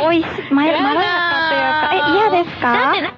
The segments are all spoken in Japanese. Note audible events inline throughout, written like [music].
おいし、ま、まろやかというか、え、嫌ですだかってな、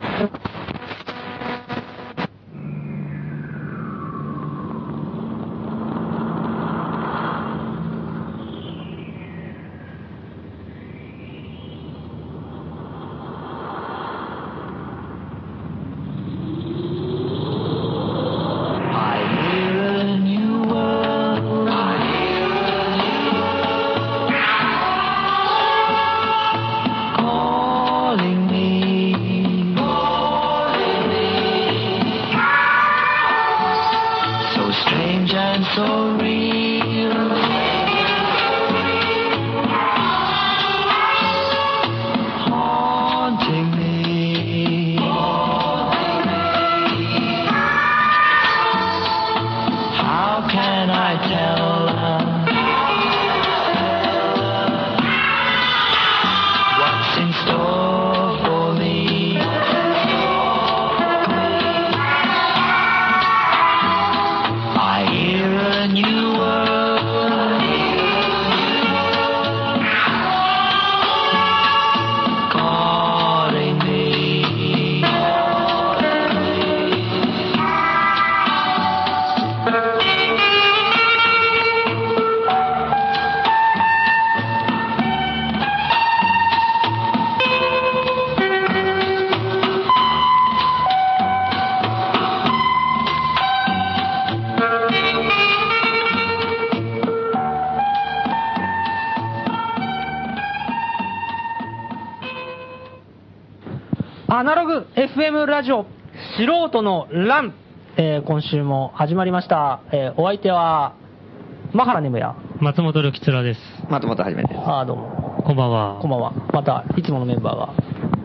So strange and so real. Haunting me. How can I tell her what's in store for me? I hear a new world calling me. 「アナログ FM ラジオ素人のラン」えー今週も始まりました、えーお相手はマハラネムヤ松本力吉郎です。まともと始めて。あーどうもこんばんは。こんばんはまたいつものメンバーが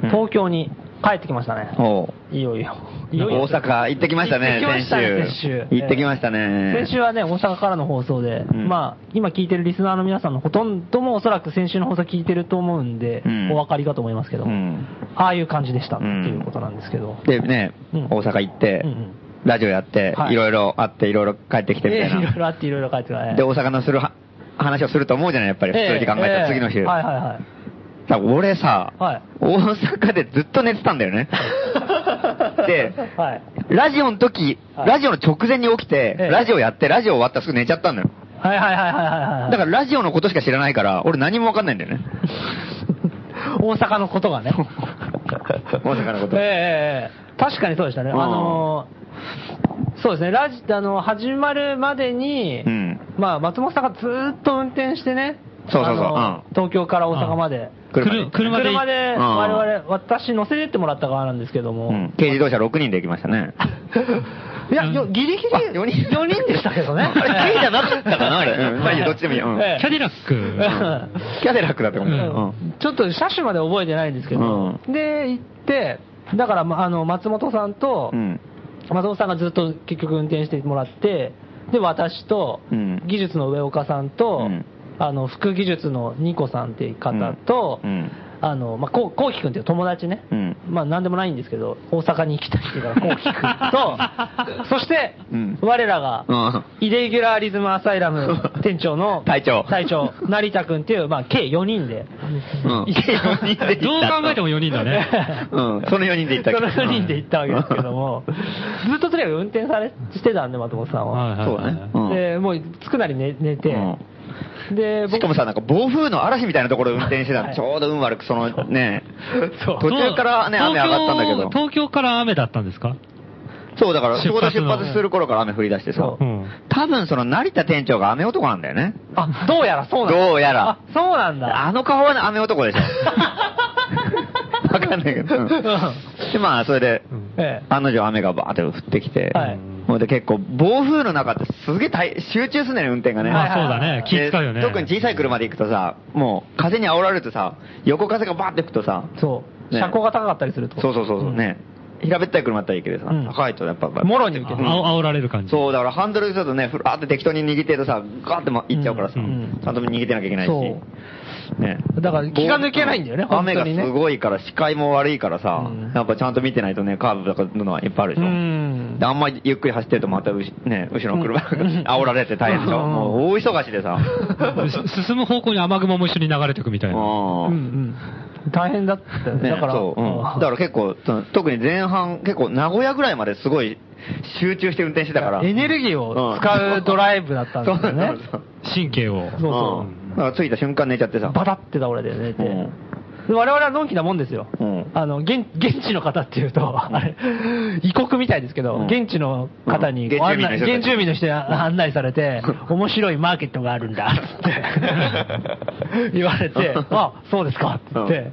うん東京に帰ってきましたね、おういよいよい大よいよ阪行ってきましたね、行って先きましたね週。先週行ってきましたね。先週はね、大阪からの放送で、うんまあ、今聞いてるリスナーの皆さんのほとんどもおそらく先週の放送聞いてると思うんで、うんお分かりかと思いますけど、うんああいう感じでした、うんっていうことなんですけど。でね、うん大阪行って、うんうんラジオやって、はいいろいろあって、いろいろ帰ってきてみたい [laughs] ええいろな。いろあっていろいろ書いてたね。で、大阪のするは話をすると思うじゃない、やっぱり。普通に考えたえら、え次のええ週。はいはいはい。さ俺さ、はい大阪でずっと寝てたんだよね。 [laughs] で、はいラジオの時、はいラジオの直前に起きて、ええラジオやって、ラジオ終わったらすぐ寝ちゃったんだよ。はいはいはいはいはいはい。だからラジオのことしか知らないから、俺何もわかんないんだよね。大阪のこ [laughs] とがね。大阪のことええええ確かにそうでしたね。うんあのーそうですね、ラジ、あの、始まるまでに、うんまあ、松本さんがずーっと運転してね、そうそうそうあのうん東京から大阪まで。くるくる車で車でうん我々、私乗せてってもらった側なんですけども、うん軽自動車6人で行きましたね。いや、よギリギリあ四人四人でしたけどね。あれ軽じゃなかったかなあれうんまあいいよどっちでもいいようんええキャディラック。キャデラックだったかもしれない。うんうんちょっと車種まで覚えてないんですけど、で、行って、だから、まあの、松本さんと、うん松本さんがずっと結局運転してもらって、で、私と、うん技術の上岡さんと、うんあの、副技術のニコさんっていう方と、うんうんあの、まあ、こう、こうきくんっていう友達ね、うんまあ、なんでもないんですけど、大阪に行きたいっていうか [laughs] ら、こうきくんと、そして、うん我らが、うんイレギュラーリズムアサイラム店長の隊長隊長、成田君っていう、まあ、計4人で、うんいや四人でどう考えても4人だね。うん、その4人で行った [laughs] その4人で行ったわけですけども、ずっととにかく運転されしてたんで、松本さんは。はいそうだね。うんで、もう、つくなり寝寝て、で、しかもさ、なんか暴風の嵐みたいなところを運転してたはの、いちょうど運悪く、そのね、そう途中からね、雨上がったんだけ東ど、京東京から雨だったんですかそうだから、出ちょうど発出の発する頃から雨降り出してさそ、うん。多分その成田店長が雨男なんだよね。あ、どうやらそうなんだ。どうやらあ、そうなんだ。あの顔は雨男でしょ。わかんないけど。うんで、まあ、それで、うん [laughs] え案の定雨がバーって降ってきて、はいほんで結構暴風の中ってすげえ大集中すんだよね、運転がね。まあそうだね。気で使うよね。特に小さい車で行くとさ、もう風に煽られてさ、横風がバーって吹くとさ、えそう。ね車高が高かったりすると。そうそうそうそう、ね。平べったい車だったらいいけどさ、うん高いとやっぱ、もろに受けあて。あお煽られる感じ。そう、だからハンドルちょっとね、ふらーって適当に握ってるとさ、ガーってま行っちゃうからさ、うんちゃんと握ってなきゃいけないしそう。ね。だから気が抜けないんだよね、雨が本当にねすごいから視界も悪いからさうん、やっぱちゃんと見てないとね、カーブとかのはいっぱいあるでしうょ。んで、あんまりゆっくり走ってるとまたうしね、後ろの車がうん [laughs] 煽られて大変でしょ。うんもう大忙しでさ。す [laughs] 進む方向に雨雲も一緒に流れていくみたいな。ううんうん大変だったよねねだから、そう、うんうんだから結構、その特に前半、結構名古屋ぐらいまですごい集中して運転してたから。 [laughs] エネルギーを使うドライブだったんですよ [laughs] ね。そうそう神経を。そうそう。うんだから着いた瞬間寝ちゃってさ。バタって倒れて寝て。うんで我々はのんきなもんですよ。うんあの、現、現地の方っていうと、あれ、異国みたいですけど、うん現地の方にうんご案内、現地住民の人たち現住民の人に案内さ [laughs] れて、面白いマーケットがあるんだ、 [laughs] って言われて、あ、そうですか、っつって、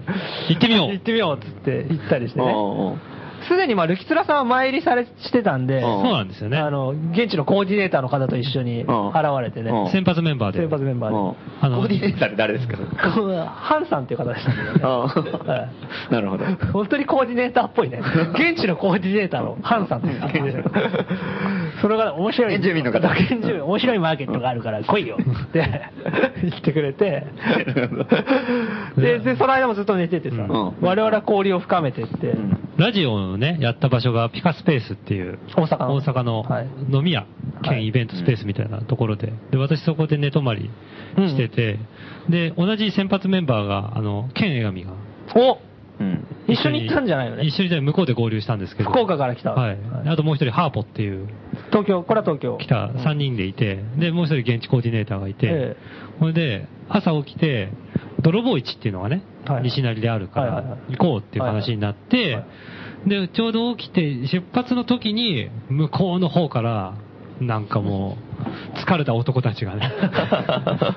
行ってみよう行ってみよう、っつって行ったりしてうんね。うんうんすでにまあ、ルキツラさんは前入りされしてたんで、うんそうなんですよねあ。の、現地のコーディネーターの方と一緒にうん現れてね、うん先発メンバーで。先発メンバうんーで。あのコーディネーターって誰ですか [laughs] こうハンさんっていう方でしたけどね。はああなるほど。い本当にコーディネーターっぽいね。現地のコーディネーターのハンさんっていう方 [laughs] でそれが面白い。現住民の方現住民、面白いマーケットがあるから来いよって言ってくれて。で、でその間もずっと寝ててさ、うん我々は交流を深めてって、うんラジオをね、やった場所がピカスペースっていう、大阪の大阪のはい飲み屋、は兼いイベントスペースみたいなところで、で、私そこで寝泊まりしてて、で、同じ先発メンバーが、あの、県江上が、おうん一緒に行ったんじゃないのね一。緒にで向こうで合流したんですけど。福岡から来たはいは。いであともう一人、ハーポっていう、東京、これは東京。来た3人でいて、で、もう一人現地コーディネーターがいえてえ、ほれで、朝起きて、泥棒市っていうのがねは、い西成であるかはいはいはら、い行こうっていう話になっはいはて、で、ちょうど起きて、出発の時に、向こうの方から、なんかもう、疲れた男たちが [laughs] ね、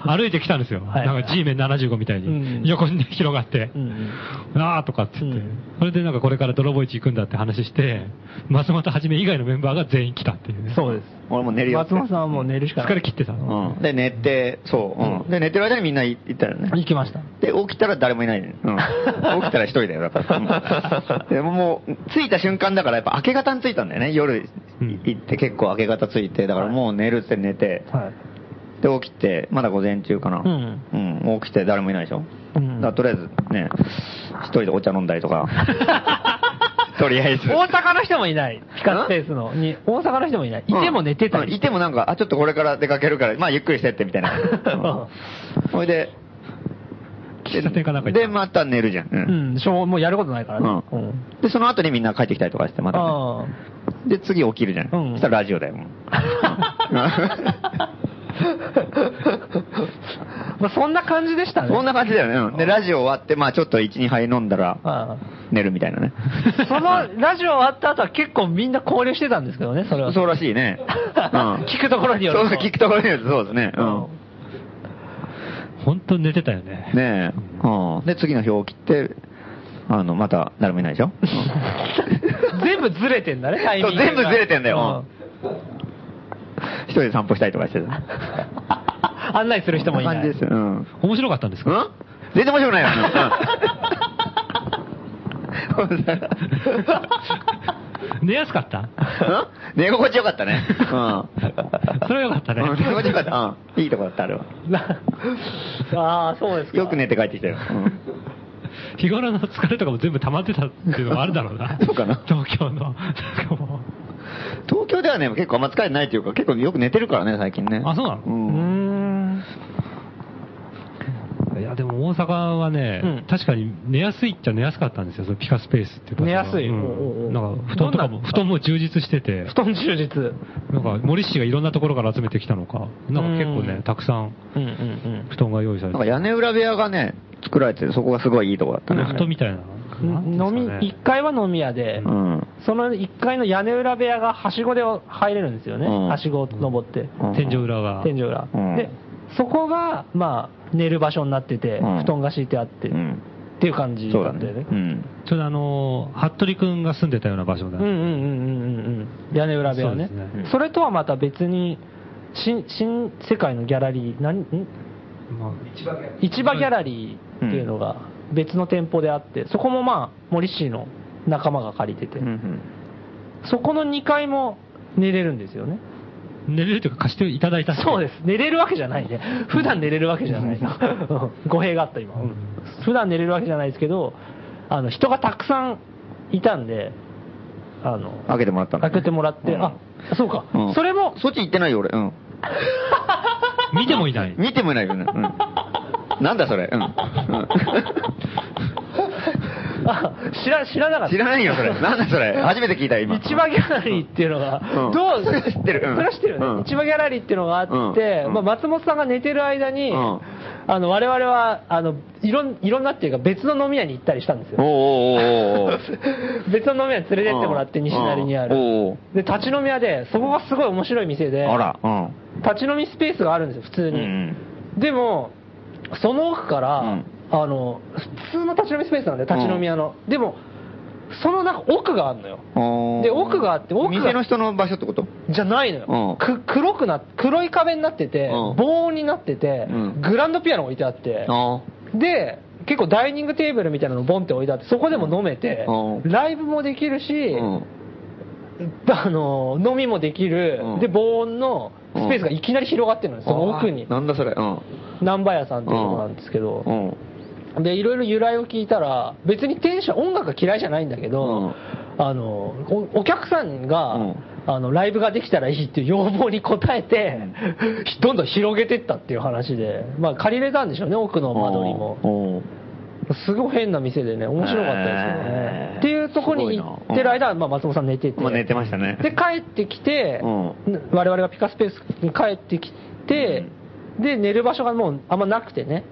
歩いてきたんですよ。はいなんか G メン75みたいうんに、横にね広がってうんうん、あーとかって言ってうん、それでなんかこれから泥棒市行くんだって話して、松本はじめ以外のメンバーが全員来たっていうね。そうです。俺もう寝るよ。松本さんはもう寝るしかな疲い。れ切ってたの。うん。で、寝て、そう。うん。で、寝てる間にみんな行ったよね。行きました。で、起きたら誰もいないね。うん。起きたら一人だよ、だから。うんでももう、着いた瞬間だから、やっぱ明け方に着いたんだよね。夜うん行って結構明け方着いて、だからもう寝るって寝て、はい。で、起きて、まだ午前中かな。うんうん。もう起きて誰もいないでしょ。うんだからとりあえずね、一人でお茶飲んだりと [laughs] か。とりあえず。大阪の人もいない。ピカスペースの。に、大阪の人もいない。いても寝てたうんり。いてもなんか、あ、ちょっとこれから出かけるから、まあゆっくりしてってみたい [laughs] な。うんほいで、喫茶店かなんか行ったで、また寝るじゃん。う。うんん、しょう、もうやることないからね。うんうんで、その後にみんな帰ってきたりとかして、またね、あで、次起きるじゃん。うんそしたらラジオだ [laughs] よ。もうあ。まあ、そんな感じでしたね。こんな感じだよね。うんで、ラジオ終わって、まあちょっと1、2杯飲んだらああ寝るみたいな [laughs] ね。その、ラジオ終わった後は結構みんな交流してたんですけどね、それは。そうらしいね。うん [laughs] 聞くところによるそうとそう、聞くところによるとそうですね。うん。本当に寝てたよね。ねえ。うん。で、次の日起きて、あの、また誰もいないでしょ。全部ずれてんだね、タイミングが。そう全部ずれてんだようん一人で散歩したりとかしてた。 [laughs] 案内する人もいな感じいです。うん。面白かったんですうかん全然面白くないよ。う [laughs] ん寝やすかったうん寝心地よかったね。うん。それはよかったねうん寝心地よかった。うん。いいとこだった、あれは。 [laughs] ああ、そうですか。よく寝て帰ってきたよ。うん日頃の疲れとかも全部溜まってたっていうのがあるだろうな。 [laughs] そうかな東京の。なんかも東京ではね、結構あんま疲れないというか、結構よく寝てるからね、最近ね。あそうなのうーんん。ういや、でも大阪はね、うん確かに寝やすいっちゃ寝やすかったんですよ、そのピカスペースっていう場所が寝やすいうんおうおうおうなんか、布団とかどんも、な布団も充実してて、布団充実。なんか、森氏がいろんなところから集めてきたのか、なんか結構うんね、たくさんうんうん布団が用意されなてんか屋根裏部屋がね、作られてて、そこがすごいいいとこだったね。ロフトみたいな。なんていうん飲みですかね、 1階は飲み屋で、うん。その1階の屋根裏部屋がはしごで入れるんですよね、うんはしごを登って、うん天井裏が。天井裏、うんで、そこが、まあ、寝る場所になってて、うん布団が敷いてあって、うっん。ていう感じそうだだったねよね。。うん。ちょうどあのー、服部くんが住んでたような場所だうんうんうんうんうんうん、屋根裏部屋ねそうですねそれとはまた別に、新新世界のギャラリー、何んまあ市場ギャラリーっていうのが別の店舗であって、そこもまあ、森氏の仲間が借りてて、うんうんそこの2階も寝れるんですよね。寝れるというか貸していただいたってそうです。寝れるわけじゃないね。普段寝れるわけじゃないの。うん語弊があった今、うん普段寝れるわけじゃないですけど、あの、人がたくさんいたんで、あの、開けてもらったの。開けてもらって、うんあ、そうか、うんそれも、そっち行ってないよ、俺。うん。見てもいない。見てもいないよね。うん。なんだそれ。うん。うん [laughs] あ知ら、知らなかった。知らないよ、それ。なんだそれ。初めて聞いたよ、今。市場ギャラリーっていうのが、うんどう、それは知ってるうんそれは知ってるよね、うん市場ギャラリーっていうのがあって、うんまあ、松本さんが寝てる間に、うんあの、我々は、あの、いろん、いろんなっていうか別の飲み屋に行ったりしたんですよ。おうおうおうおうおう別の飲み屋に連れてってもらって、うん西成にあうんるおう。で、立ち飲み屋で、そこがすごい面白い店で、あら。うん。立ち飲みスペースがあるんですよ、普通うに。んでも、その奥から、うんあの、普通の立ち飲みスペースなんで、立ち飲み屋の。でも、そのなんか奥があるのよ。おーで奥があって奥が店の人の場所ってことじゃないのよ、うく黒くな黒い壁になってて、うん防音になってて、うんグランドピアノ置いてあって、あで結構ダイニングテーブルみたいなのボンって置いてあってそこでも飲めて、うんライブもできるし、ーうん。あの飲みもできる、うんで防音のスペースがいきなり広がってるのよその奥になんだそれ。うん。難波屋さんっていうとこなんですけど、うん。でいろいろ由来を聞いたら別にテンション音楽が嫌いじゃないんだけど、あのおお客さんが、うんあのライブができたらいいっていう要望に応えて、どんどん広げてったっていう話で、まあ、借りれたんでしょうね奥の間取りもも。すごい変な店でね面白かったですよねへーっていうとこすごにいな行ってる間は、まあ、松本さん寝てて、まあ寝てましたね。で帰ってきて、う我々がピカスペースに帰ってきて、で寝る場所がもうあんまなくてね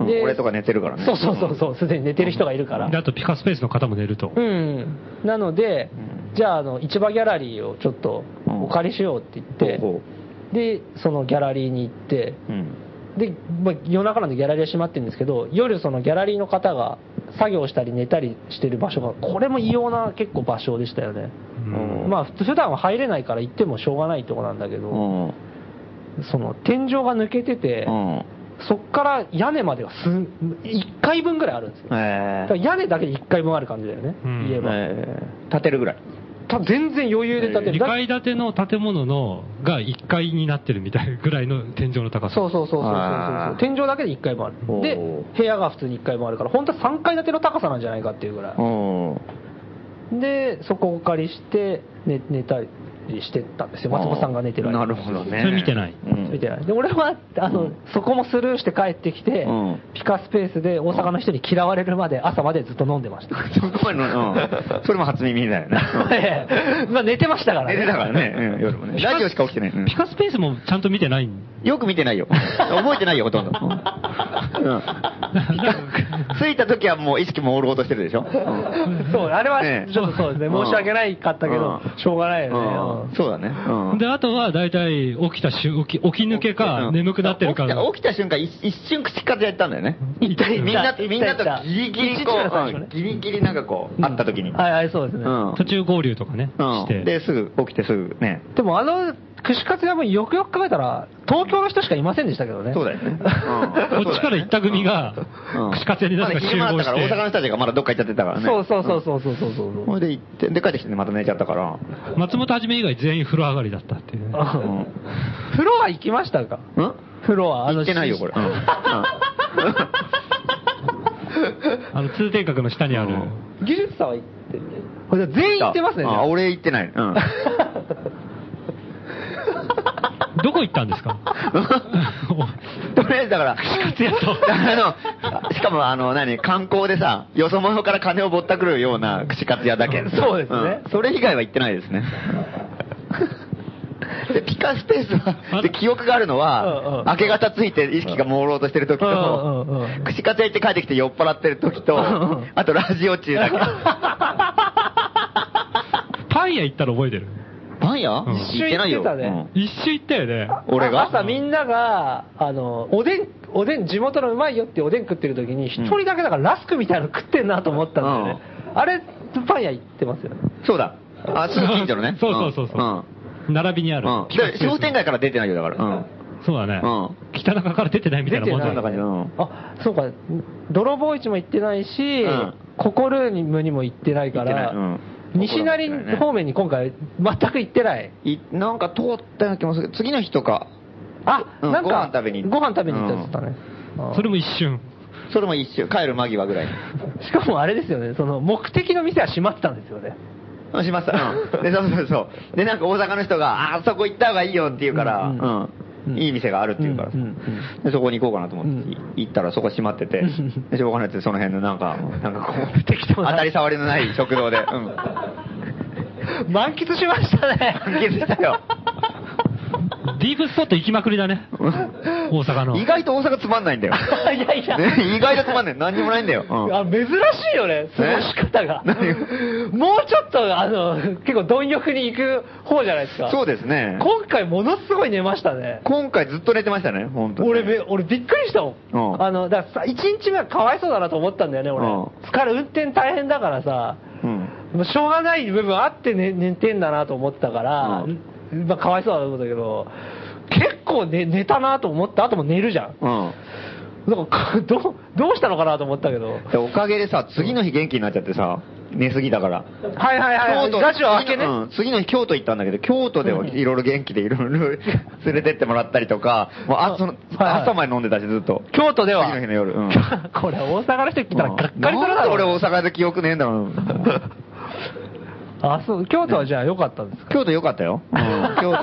うんで俺とか寝てるからね。そうそうそうそう、すでに寝てる人がいるからで、。あとピカスペースの方も寝ると。うん。なので、うじゃあ、あの、市場ギャラリーをちょっとうんお借りしようって言っほうほ、てで、そのギャラリーに行って、う。うん。で、まあ、夜中なんでギャラリーは閉まってるんですけど、夜そのギャラリーの方が作業したり寝たりしてる場所が、これも異様な結構場所でしたよね。うんまあ、普通普段は入れないから行ってもしょうがないとこなんだけうど、ん。その天井が抜けてて、うん。そっから屋根までがす、1階分ぐらいあるんですよ。えだかーら屋根だけで1階分ある感じだよね、うん言えば、えー立てるぐらい。た全然余裕で建てる、 2だ階建ての建物のが1階になってるみたいぐらいの天井の高さ。そうそうそうそうそうそあうー天井だけで1階もあるおーで部屋が普通に1階もあるから本当は3階建ての高さなんじゃないかっていうぐらうん。いでそこをお借りして寝寝たりしてったんですよ松本さんが寝てる間なるほどね。それ見てないうん見てないで俺はあの、そこもスルーして帰ってきて、うんピカスペースで大阪の人に嫌われるまで朝までずっと飲んでました [laughs] そこまでの、うん。それも初耳だよね。 [laughs] ええまあ寝てましたから寝てたからね、うん、夜もね。ラジオしか起きてない。うんピカスペ [laughs] ースもちゃんと見てないんよく見てないよ。覚えてないよ、ほ [laughs] とんど。うんうん着いた時はもう意識も朦朧としてるでしょ。うんそう、あれはねえちょっとそうですね、うん申し訳ないかったけどう、んしょうがないようねん。そうだね。うんで、あとは大体起きた瞬、起き、起き抜けか、うん眠くなってるか起きた起きた瞬間、一一瞬口数やったんだよね。行った行ったみんな、みんな行った行ったとギリギリこ一日ぐらい最う、初うねんギリギリなんかこう、会った時に。はいはい、そうですねう。ん途中合流とかね、うんして。で、すぐ起きてすぐね。でもあの、串カツ屋もよくよく考えたら、東京の人しかいませんでしたけどね。そうだ [laughs] よね。うんこっちから行った組が、うん串カツ屋になまんだか集昼間だっ合たしから、大阪のて、人たちがまだどっか行っちゃってたからね。そうそうそうそうそうそうそううん。ほいで行って、で帰ってきてまた寝ちゃったから。松本はじめ以外全員風呂上がりだったっていうね。うあんフロア行きましたかうんフロア、行ってないよ、これ。 [laughs] うん。あの、通天閣の下にあるう。技術さんは行ってるね。これ全員行ってますね。じゃあ、あ俺行ってない。うん。どこ行ったんですか [laughs] とりあえずだから、あの、しかもあの、何、観光でさ、よそ者から金をぼったくるような串カツ屋だけ。 [laughs] そうですねんそれ以外は行ってないです [laughs] ね。で、ピカスペースは、で、記憶があるのうんうんは、明け方ついて意識が朦朧としてる時とうんうんうん、串カツ屋行って帰ってきて酔っ払ってる時と、んあとラジオ中だ [laughs] け。パン屋行ったら覚えてるパン屋うん行ってないよ。一緒行ってたね一周行ったよね。俺が朝みんなが、あの、おでん、おでん、地元のうまいよっておでん食ってる時に、一人だけだからラスクみたいなの食ってんなと思ったんだよね。あれ、パン屋行ってますよね。うんそうだ。あ、すぐ近所の [laughs] ね [laughs] 。そうそうそうそう。ん並びにある。うん。で商店街から出てないよ、だから。うん。そうだね。うん北中から出てないみたいなもんだ出てないうんあ、そうか。泥棒市も行ってないしうん、ココルームにも行ってないか行ってないらうん、西成方面に今回全く行ってない。いなんか通ったような気もするけど次の日とかあ、うんなんか、ご飯食べに行っご飯食べに行ったって言ってたね。それも、も一瞬。それも一周帰る間際ぐらいにしかもあれですよね、その、目的の店は閉まってたんですよね。 [laughs] うん [laughs] しました、うん、でそうそうそうでなんか大阪の人があーそこ行った方がいいよって言うから、ううんんうんいい店があるって言うからさ、うんうんでそこに行こうかなと思って、うん行ったらそこ閉まってて、うんでしょうがないってその辺のなんかなんかこう適当当なたり障りのない食堂 [laughs] で、うん、満喫しましたね。満喫したよディープスポット行きまくりだね。大阪の。意外と大阪つまんないん [laughs] だよ、 [laughs] いやいや。ね、意外とつまんない何にもないんだよ、うんあ珍しいよね、過ごし方が。ねもうちょっと、あの、結構貪欲に行く方じゃないですか。そうですね今回ものすごい寝ましたね。今回ずっと寝てましたね本当に俺め、俺びっくりしたもん。うんあの、だからさ、1日目はかわいそうだなと思ったんだよね、俺。うん疲れ、運転大変だからさ、うんもうしょうがない部分あって寝寝てんだなと思ったから、うんまあ、かわいそうだと思ったけど、結構寝寝たなと思った後も寝るじゃん。うんなんか、 [laughs] どう、どうしたのかなと思ったけど。でおかげでさ、次の日元気になっちゃってさ、寝すぎたから。はいはいはい。ラジオ明けね。うん次の日京都行ったんだけど、京都ではいろいろ元気でいろい [laughs] ろ連れてってもらったりとか、もうあそのはいはい朝まで飲んでたしずっと。京都では。次の日の夜 [laughs] うん [laughs] これ大阪の人来たらがっかりするなんだで俺ろう大阪で記憶ねえんだろう。[laughs] あ、そう、京都はじゃあ良かったんですか京都良かったよ。うん京都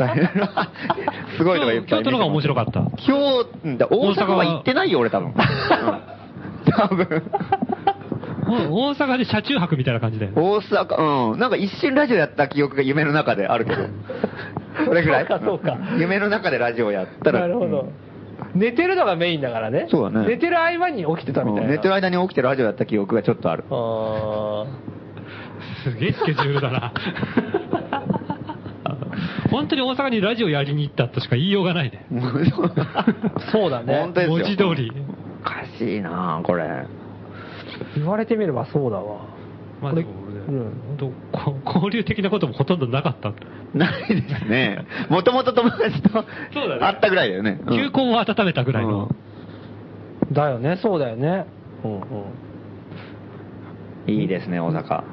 すごいとかいっぱい京都の方が面白かった。京都、うんだ大阪は行ってないよ俺多 [laughs] 分。うん多分。お大阪で車中泊みたいな感じだよね。大阪、うん。なんか一瞬ラジオやった記憶が夢の中であるけ [laughs] ど。それぐらい。そうかそうかん夢の中でラジオやったら。なるほど、寝てるのがメインだからね。そうだね寝てる合間に起きてたうんみたいな。寝てる間に起きてラジオやった記憶がちょっとある。あすげえスケジュールだな。本当に大阪にラジオやりに行ったとしか言いようがないね。ー [laughs] そうだね本。当ですよ文字通り。おかしいなぁこれ。言われてみればそうだわ。まあこれでも俺うん本当こ交流的なこともほとんどなかった。ないですね。もともと友達とそうだね会ったぐらいだよね。うん休校を温めたぐらいの。だよね、そうだよね。うんいいですね、大阪。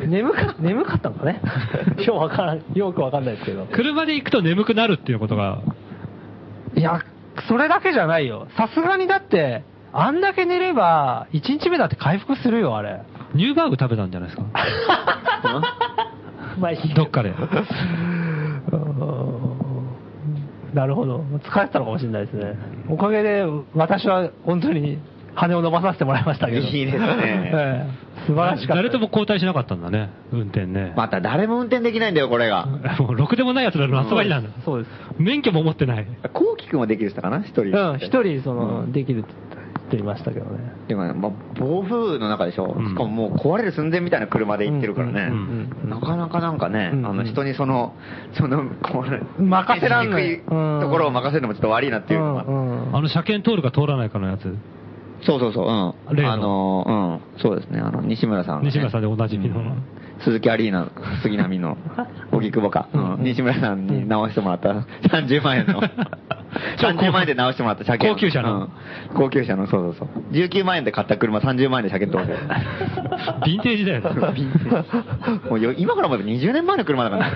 うん。眠か、眠かったのか [laughs] ね。ようわからん、よくわかんないですけど。車で行くと眠くなるっていうことが、いや、それだけじゃないよ。さすがにだって、あんだけ寝れば、1日目だって回復するよ、あれ。ニューバーグ食べたんじゃないです [laughs] か。まあいいどっかで。なるほど。疲れてたのかもしれないですね。おかげで、私は本当に羽を伸ばさせてもらいましたけど。いいですね [laughs] ええ素晴らしかった。誰とも交代しなかったんだね、運転ね。また誰も運転できないんだよ、これが。もうろくでもないやつらの集まりなんだ。そうです。免許も持ってない。こうきくんはできる人かな一人。うん、一人、その、うんできるって言っていましたけどね。でもね、まあ、暴風の中でしょ、うんしかももう壊れる寸前みたいな車で行ってるからね、うんうんうんなかなかなんかね、うんあの人にその、 [laughs] その、こう任せらんないにくいところを任せるのもちょっと悪いなっていうのが、うんうんあの車検通るか通らないかのやつ。そうそうそう、うん、例のあの、うん、そうですね、あの西村さんがね、西村さんでおなじみのうん鈴木アリーナ、杉並の、荻窪か、うん西村さんに直してもらった30万円の。30万円で直してもらった車検。高級車のうん高級車の、そうそうそう。19万円で買った車30万円で車検通る。ヴィンテー [laughs] ジだよね。もうよ今からまで20年前の車だから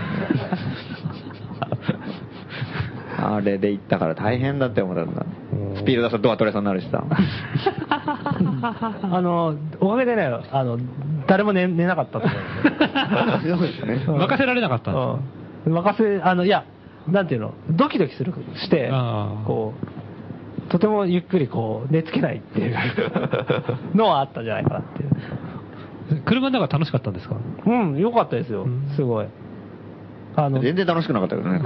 な。あれで行ったから大変だって思ったんだ。スピード出すとドア取れそうになるしさ。あの、おかげでね、あの、誰も寝寝なかったと思いま [laughs] す。そうですねうん任せられなかったんだうん任せ、あの、いや、なんていうの、ドキドキする、してあ、ーこう、とてもゆっくりこう、寝つけないって [laughs] いうのはあったんじゃないかなっていう。車の中楽しかったんですかうん、良かったですようん、すごい。あの、全然楽しくなかったけどね。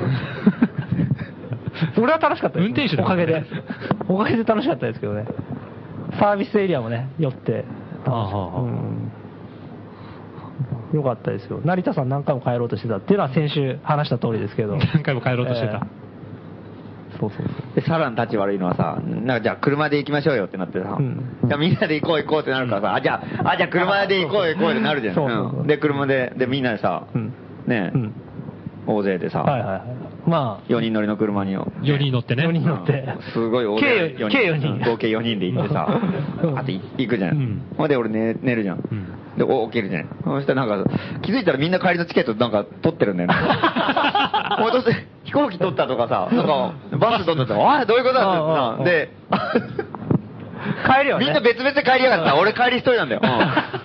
[laughs] それは楽しかったです、運転手だおかからねげで。おかげで楽しかったですけどね。サービスエリアもね、寄って。ああああああうんよかったですよ。成田さん何回も帰ろうとしてたっていうのは先週話した通りですけど。何回も帰ろうとしてた。えーそうそうそう。で、さらに立ち悪いのはさ、なんかじゃあ車で行きましょうよってなってさ、うんじゃあみんなで行こう行こうってなるからさ、あ、じゃあ、あ、じゃあ車で行こう行こうってなるじゃん。そうそうそううんで、車で、で、みんなでさ、うんね、うん大勢でさ、はいはいはい。ま4人乗りの車に4人乗ってね。 4人乗ってすごい大勢計四計四人うん合計4人で行ってさうんあと行くじゃうんんほんで俺寝寝るじゃんうんで、お起きるじゃない。そしたらなんか、気づいたらみんな帰りのチケットなんか取ってるん [laughs] だよね。もうどうせ飛行機取ったとかさ、なんか、バス取ったとか、あどういうことだって言ってさで、帰るよね。みんな別々で帰りやがった。俺帰り一人なん [laughs] だよ。うん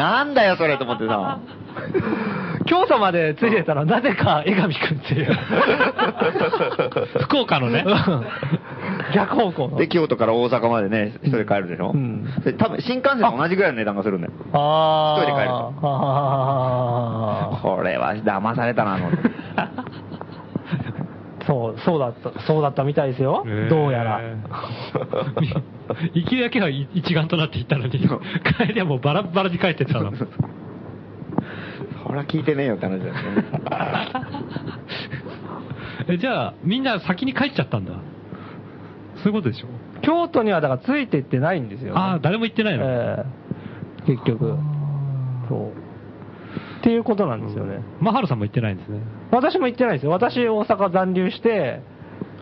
なんだよ、それと思ってさ。京都までついてたら、なぜか江上くんっていう。 [laughs] 福岡のね。逆方向の。で、京都から大阪までね、一人で帰るでしょ。うんで多分新幹線と同じぐらいの値段がするんだよ。あー一人で帰るああこれは騙されたなと思って。そう、そうだった、そうだったみたいですよ。どうや [laughs] ら。えー。行きだけは一丸となって行ったのに、帰りはもうバラッバラに帰ってったの。そりゃ聞いてねえよって話だよ [laughs] ね。えじゃあ、みんな先に帰っちゃったんだ。そういうことでしょ京都にはだからついていってないんですよ、ああ、誰も行ってないの。ええ結局。そう。っていうことなんですよね。マハルさんも行ってないんですね。私も行ってないですよ。私、大阪残留して、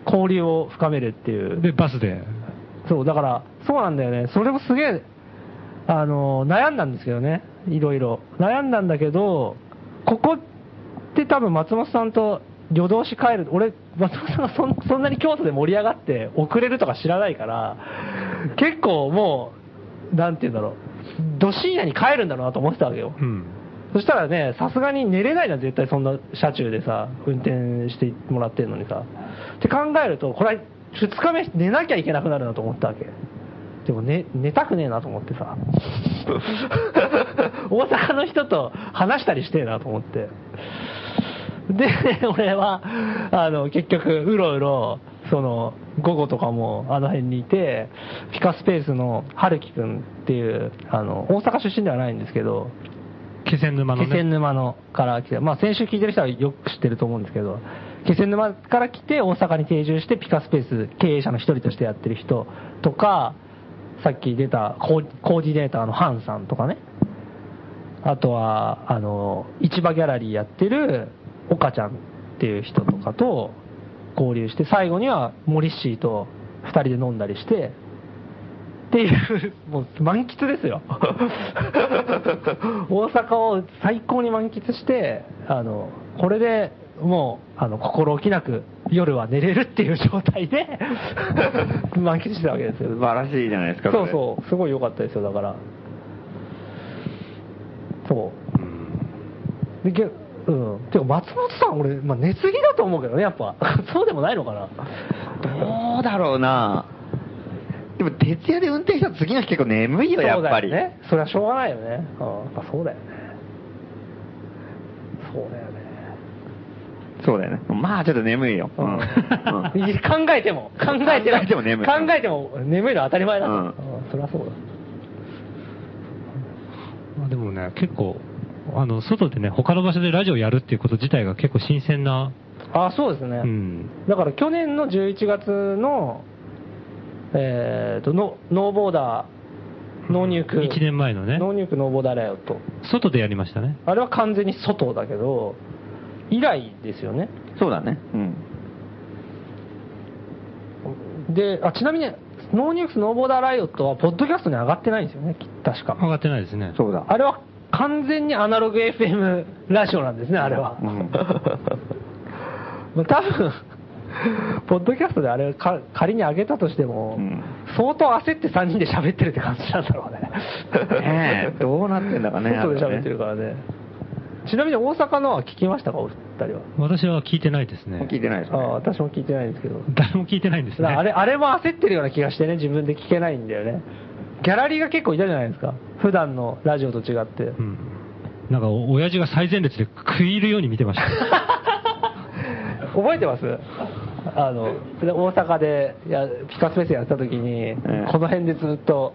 交流を深めるっていう。で、バスで。そう、だから、そうなんだよね。それもすげえ、あの、悩んだんですけどね。いろいろ。悩んだんだけど、ここって多分松本さんと夜通し帰る。俺、松本さんがそんそんなに京都で盛り上がって遅れるとか知らないから、結構もう、なんて言うんだろう。ど深夜に帰るんだろうなと思ってたわけよ。うん。そしたらね、さすがに寝れないな、絶対そんな車中でさ、運転してもらってるのにさ。って考えると、これは2日目寝なきゃいけなくなるなと思ったわけ。でも寝、寝たくねえなと思ってさ。大阪の人と話したりしてえなと思って。で、俺は、あの、結局、うろうろ、その、午後とかもあの辺にいて、ピカスペースの春樹くんっていう、あの、大阪出身ではないんですけど、気仙沼の気仙ね。沼のから来て、まあ、先週聞いてる人はよく知ってると思うんですけど、気仙沼から来て、大阪に定住して、ピカスペース経営者の一人としてやってる人とか、さっき出たコーコーディネーターのハンさんとかね、あとは、あの、市場ギャラリーやってる岡ちゃんっていう人とかと合流して、最後にはモリッシーと2人で飲んだりして、っていう、もう満喫です [laughs] よ。大阪を最高に満喫して、あの、これでもう、あの、心置きなく夜は寝れるっていう状態で、 [laughs] 満喫してたわけですよ素。晴らしいじゃないですか、そうそう、すごい良かったですよ、だから。そう。でけうん、てか松本さん、俺、まあ、寝すぎだと思うけどね、やっぱ、 [laughs] そうでもないのかな、う。どうだろうなでも、徹夜で運転した次の日結構眠いよ、やっぱり。そうだよね、それはしょうがないよね、うん、やっぱそうだよね、そうだよね、そうだよね。まあ、ちょっと眠いよ。うん。うん [laughs] いや考えても、考えて考えても眠い考えても眠いのは当たり前だ、ううんん、それはそうだ、まあでもね、結構、あの、外でね、他の場所でラジオやるっていうこと自体が結構新鮮な、あそうですね、うん。だから去年の11月の、えー、とノノーボーダー、ノーニューク、 1年前のね、ノーニュークノーボーダーライオット、外でやりましたね。あれは完全に外だけど、以来ですよね。そうだね。うん。であちなみに、ノーニュークスノーボーダーライオットは、ポッドキャストに上がってないんですよね、き確か。上がってないですね。そうだ。あれは完全にアナログ FM ラジオなんですね、あれは。うも [laughs] んう多分ポッドキャストであれか仮に上げたとしても、うん相当焦って3人で喋ってるって感じなんだろうね。ねえどうなってんだかね外で喋ってるからね。ちなみに大阪のは聞きましたか、お二人は。私は聞いてないですね。聞いてないですああね。私も聞いてないんですけど。誰も聞いてないんですだね。からあれ、あれも焦ってるような気がしてね、自分で聞けないんだよね。ギャラリーが結構いたじゃないですか。普段のラジオと違って。うん。なんか、お親父が最前列で食い入るように見て [laughs] ました。覚えてますあので大阪でやピカスペースやった時に、んこの辺でずっと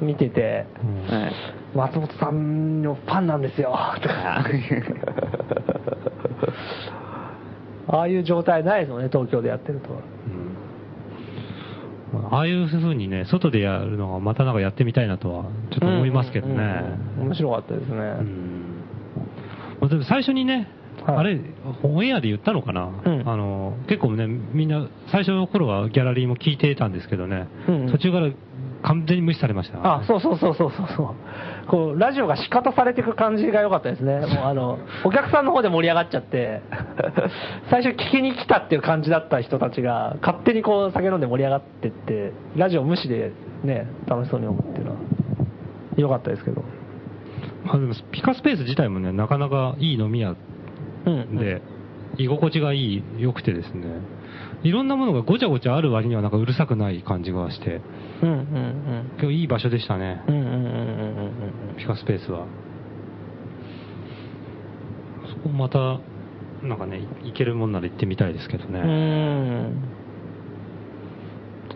見てて、うんはい松本さんのファンなんです [laughs] よとかああいう状態ないですもんね東京でやってるとうんああいうふうにね、外でやるのはまたなんかやってみたいなとは、ちょっと思いますけどね。うん面白かったですね、うんまあでも最初にね、はいあれ、オンエアで言ったのかな、うんあの結構ね、みんな、最初の頃はギャラリーも聞いてたんですけどね、うんうん途中から完全に無視されました。あ、そうそうそうそうそうそう。こう、ラジオが仕方されていく感じが良かったですね。もうあの、お客さんの方で盛り上がっちゃって、最初聞きに来たっていう感じだった人たちが、勝手にこう酒飲んで盛り上がってって、ラジオ無視でね、楽しそうに思ってるのは、良かったですけど。まあでもピカスペース自体もね、なかなかいい飲み屋うん。で、居心地がいい、良くてですね、いろんなものがごちゃごちゃある割にはなんかうるさくない感じがして、うんうんうん。今日いい場所でしたねう、んうんうんうんうんうん。ピカスペースは。そこまた、なんかね、い行けるもんなら行ってみたいですけどうね。ーん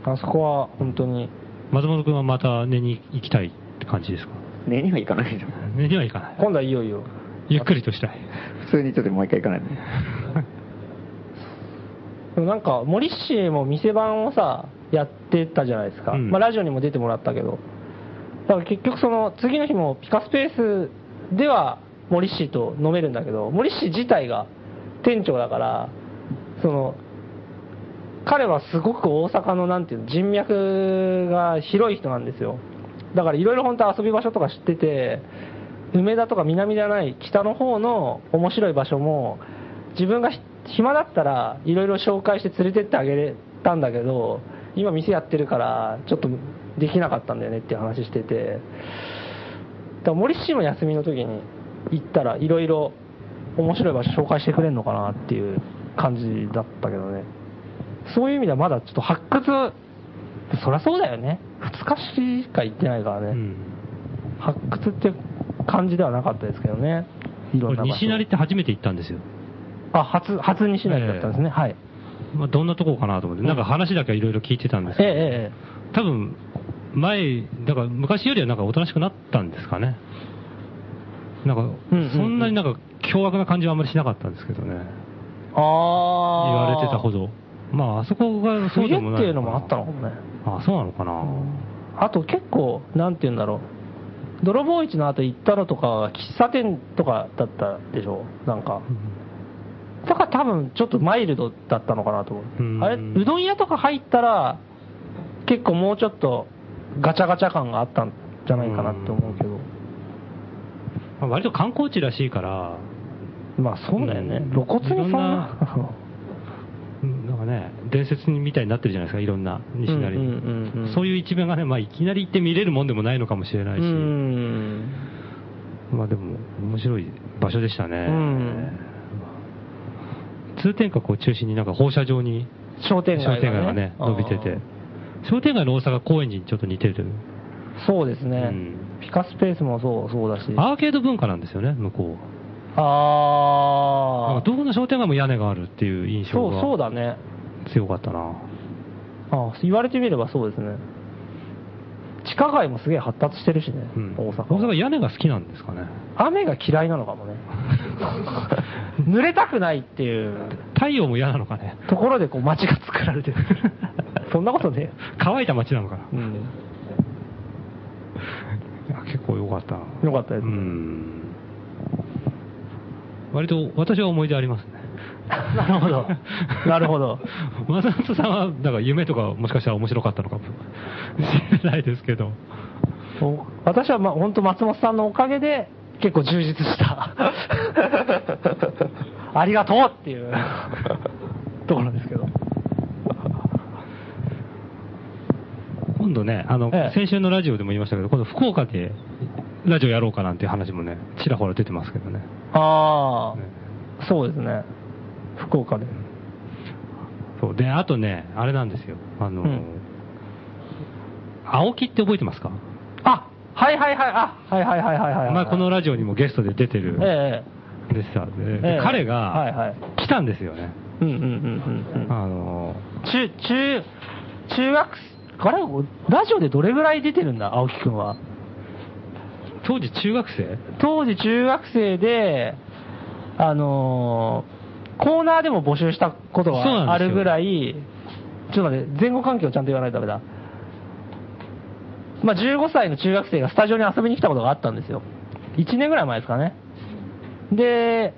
あそこは本当に、松本君はまた寝に行きたいって感じですか寝には行かないでしょ。寝には行かない。今度はいよいよ、ゆっくりとしたい。普通にちょっともう一回行かないで。でもなんか森氏も店番をさ、やってたじゃないですか、うんまあ、ラジオにも出てもらったけど、だから結局、その次の日もピカスペースでは森氏と飲めるんだけど、森氏自体が店長だから、その彼はすごく大阪のなんていうの人脈が広い人なんですよだからいろいろ本当遊び場所とか知ってて梅田とか南じゃない北の方の面白い場所も自分がひ暇だったらいろいろ紹介して連れてってあげれたんだけど今店やってるからちょっとできなかったんだよねっていう話しててだから森氏も休みの時に行ったらいろいろ面白い場所紹介してくれるのかなっていう感じだったけどねそういう意味ではまだちょっと発掘そりゃそうだよね2日しか行ってないからね、うん。発掘って感じではなかったですけどねいろんな場所西成って初めて行ったんですよ。あ初初西成だったんですね、はいまあ、どんなとこかなと思って、なんか話だけはいろいろ聞いてたんですええけえど、え多分前、だから昔よりはなんかおとなしくなったんですかね。なんか、うんうんそんなになんか凶悪な感じはあんまりしなかったんですけどね。言ああわれてたほど。まあ、あそこがそうで冬もっない。ていうのもあったのかもねあ、そうなのかな。あと結構なんて言うんだろう泥棒市の後行ったのとかは喫茶店とかだったでしょなんかだから多分ちょっとマイルドだったのかなと思ううんあれうどん屋とか入ったら結構もうちょっとガチャガチャ感があったんじゃないかなって思うけどまあ割と観光地らしいから、まあそうだよねうん露骨にそんいろんななうんなんかね、伝説みたいになってるじゃないですか、いろんな西成うんうんうんうんそういう一面がね、まあ、いきなり行って見れるもんでもないのかもしれないうし。んまあでも、面白い場所でしたね。ん通天閣を中心になんか放射状に商商店店街街がね、伸びてて。商店街の大阪公園寺にちょっと似てる。あーそうですね、うんピカスペースもそうそうだしアーケード文化なんですよね、向こう。なんあかどこの商店街も屋根があるっていう印象そうそうがだね強かったな。あ言われてみればそうですね地下街もすげえ発達してるしね、うん大阪大阪屋根が好きなんですかね。雨が嫌いなのかもね [laughs] 濡れたくないっていう太陽も嫌なのかね。ところでこう街が作られ [laughs] てるそんなことねえよ乾いた街なのかな。うんいや結構良かったな。よかったですうね、ん。割と私は思い出ありますね。 [laughs] なるほどなるほ [laughs] ど松本さんは、なんか夢とかもしかしたら面白かったのかもしれないですけど。お私はまあ本当松本さんのおかげで結構充実した [laughs] ありがとうっていうところですけど今度ね、あの、ええ先週のラジオでも言いましたけど、今度福岡でラジオやろうかなんていう話もね、ちらほら出てますけどね。ああ、ねそうですね福岡でそう。で、あとね、あれなんですよ。あの、うん青木って覚えてますか、あはいはいはいあはいはいはいはいはいまあこのラジオにもゲストで出てるえでしたんで、えでええ彼はいはがい来たんですよね。えうんうんうんうんうんあの、中中中学あれラジオでどれぐらい出てるんだ青木くんは当時中学生当時中学生で、あのーコーナーでも募集したことそうなんですがよあるぐらい、ちょっと待って、前後関係をちゃんと言わないとダメだ。まあ、15歳の中学生がスタジオに遊びに来たことがあったんですよ。1年ぐらい前ですかね。で、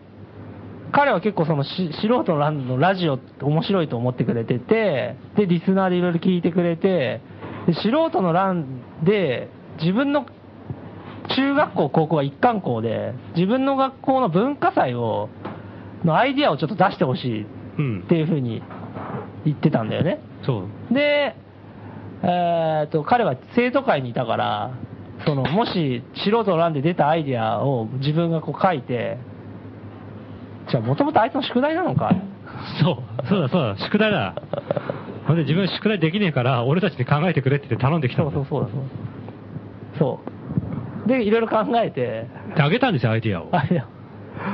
彼は結構そのし素人のラのラジオって面白いと思ってくれてて、で、リスナーでいろいろ聞いてくれて、で素人の欄で、自分の中学校、高校は一貫校で、自分の学校の文化祭を、のアイディアをちょっと出してほしいっうんて。いうふうに言ってたんだよね。そう。で、えー、と彼は生徒会にいたからそのもし素人の欄で出たアイデアを自分がこう書いてじゃあもともとあいつの宿題なのかそう。そうだ、そうだ、宿題だ。ほんで、自分宿題できねえから、俺たちに考えてくれって言って頼んできたそんうだそうそうだそうそうでいろいろ考えてで、あげたんですよ、アイディアを。あれだ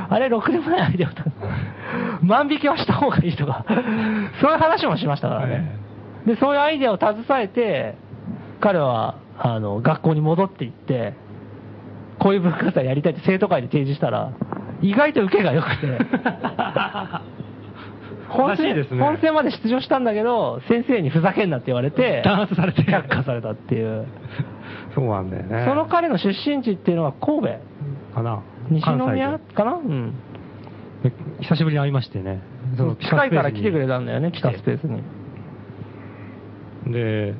あれろくでもないアイデアだった万引きはした方がいいと [laughs] かそういう話もしましたからねでそういうアイデアを携えて彼はあの学校に戻っていってこういう文化祭やりたいって生徒会で提示したら意外と受けが良く [laughs] て本らしい戦ですね本戦まで出場したんだけど先生にふざけんなって言われて弾圧されて却下されたっていうそうなんだよねその彼の出身地っていうのは神戸かな。西宮関かなうん西で久しぶりに会いましてね。そう近いから来てくれた。たんだよね、ピカスペースに。で、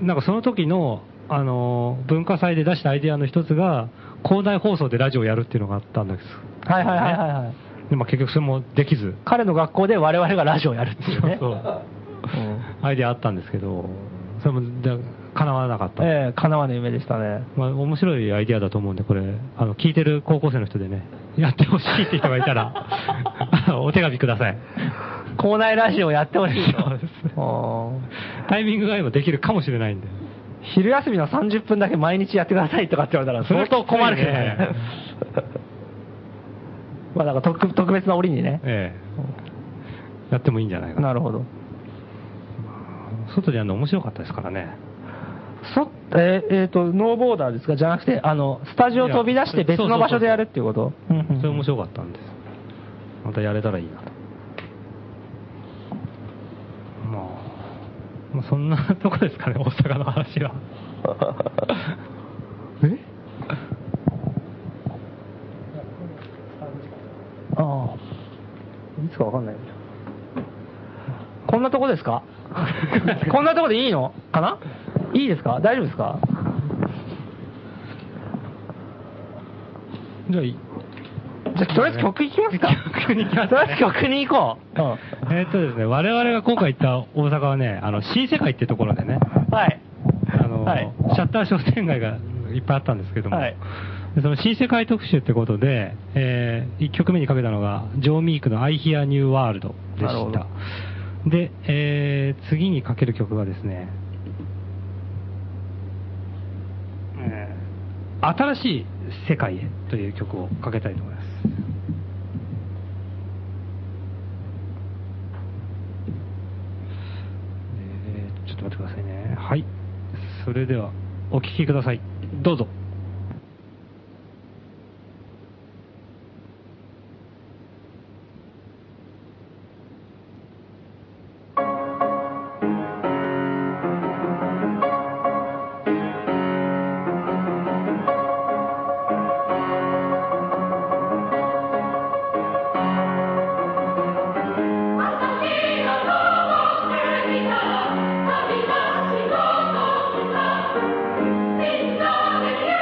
なんかその時の、あのー、文化祭で出したアイディアの一つが、校内放送でラジオをやるっていうのがあったんです。はいはいはいはいはい。で、まあ結局それもできず。彼の学校で我々がラジオをやるっていうね。そううんアイディアあったんですけど、それもだ叶わなかっ [laughs] た。ええ、かなわぬ夢でしたね。まあ、面白いアイディアだと思うんで、これ、あの、聞いてる高校生の人でね、 [laughs] やってほしいって人がいたら、 [laughs] あのお手紙ください。校内ラジオやってほしいとそうですねうんタイミングが合えばできるかもしれないんで。昼休みの30分だけ毎日やってくださいとかって言われたら相当困るけどねそれはき。まあなんか特特別な折にね。ええ。やってもいいんじゃないかな。なるほど。外でやるの面白かったですからね。そえーえーと、ノーボーダーですかじゃなくて、あの、スタジオ飛び出して別の場所でやるっていうことそれ面も白かったんです。またやれたらいいなと。まあ、まあ、そんなとこですかね、大阪の話は。 [laughs] えああ。いつかわかんない。こんなとこです [laughs] かこんなとこでいいのかないいですか大丈夫ですかじゃあい、じゃあ、とりあえず曲いきますか曲に行きますねとりあえず曲に行こう。えーっとですね、我々が今回行った大阪はね、あの、新世界ってところでね、はい。あの、はいシャッター商店街がいっぱいあったんですけども、はいでその新世界特集ってことで、え1曲目にかけたのが、ジョー・ミークの I Hear New World でなるほどした。で、えー次にかける曲がですね、えー新しい世界へという曲をかけたいと思います。えーちょっと待ってくださいね。はい。それでは、お聴きください。どうぞ。 Thank you.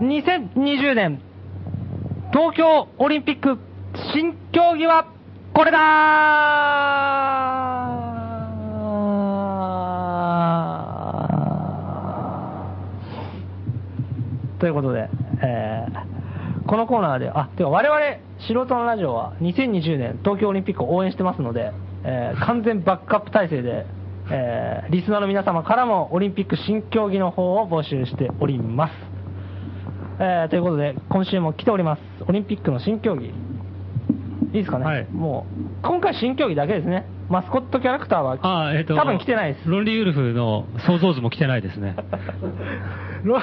2020年東京オリンピック新競技はこれだーということで、えーこのコーナーで、あ、てか我々素人のラジオは2020年東京オリンピックを応援してますので、えー完全バックアップ体制で、えーリスナーの皆様からもオリンピック新競技の方を募集しております。えーということで、今週も来ております。オリンピックの新競技。いいですかね、はいもう、今回新競技だけですね。マスコットキャラクターは、あーえっ、と、多分来てないです。ロンリーウルフの想像図も来てないですね。。ロ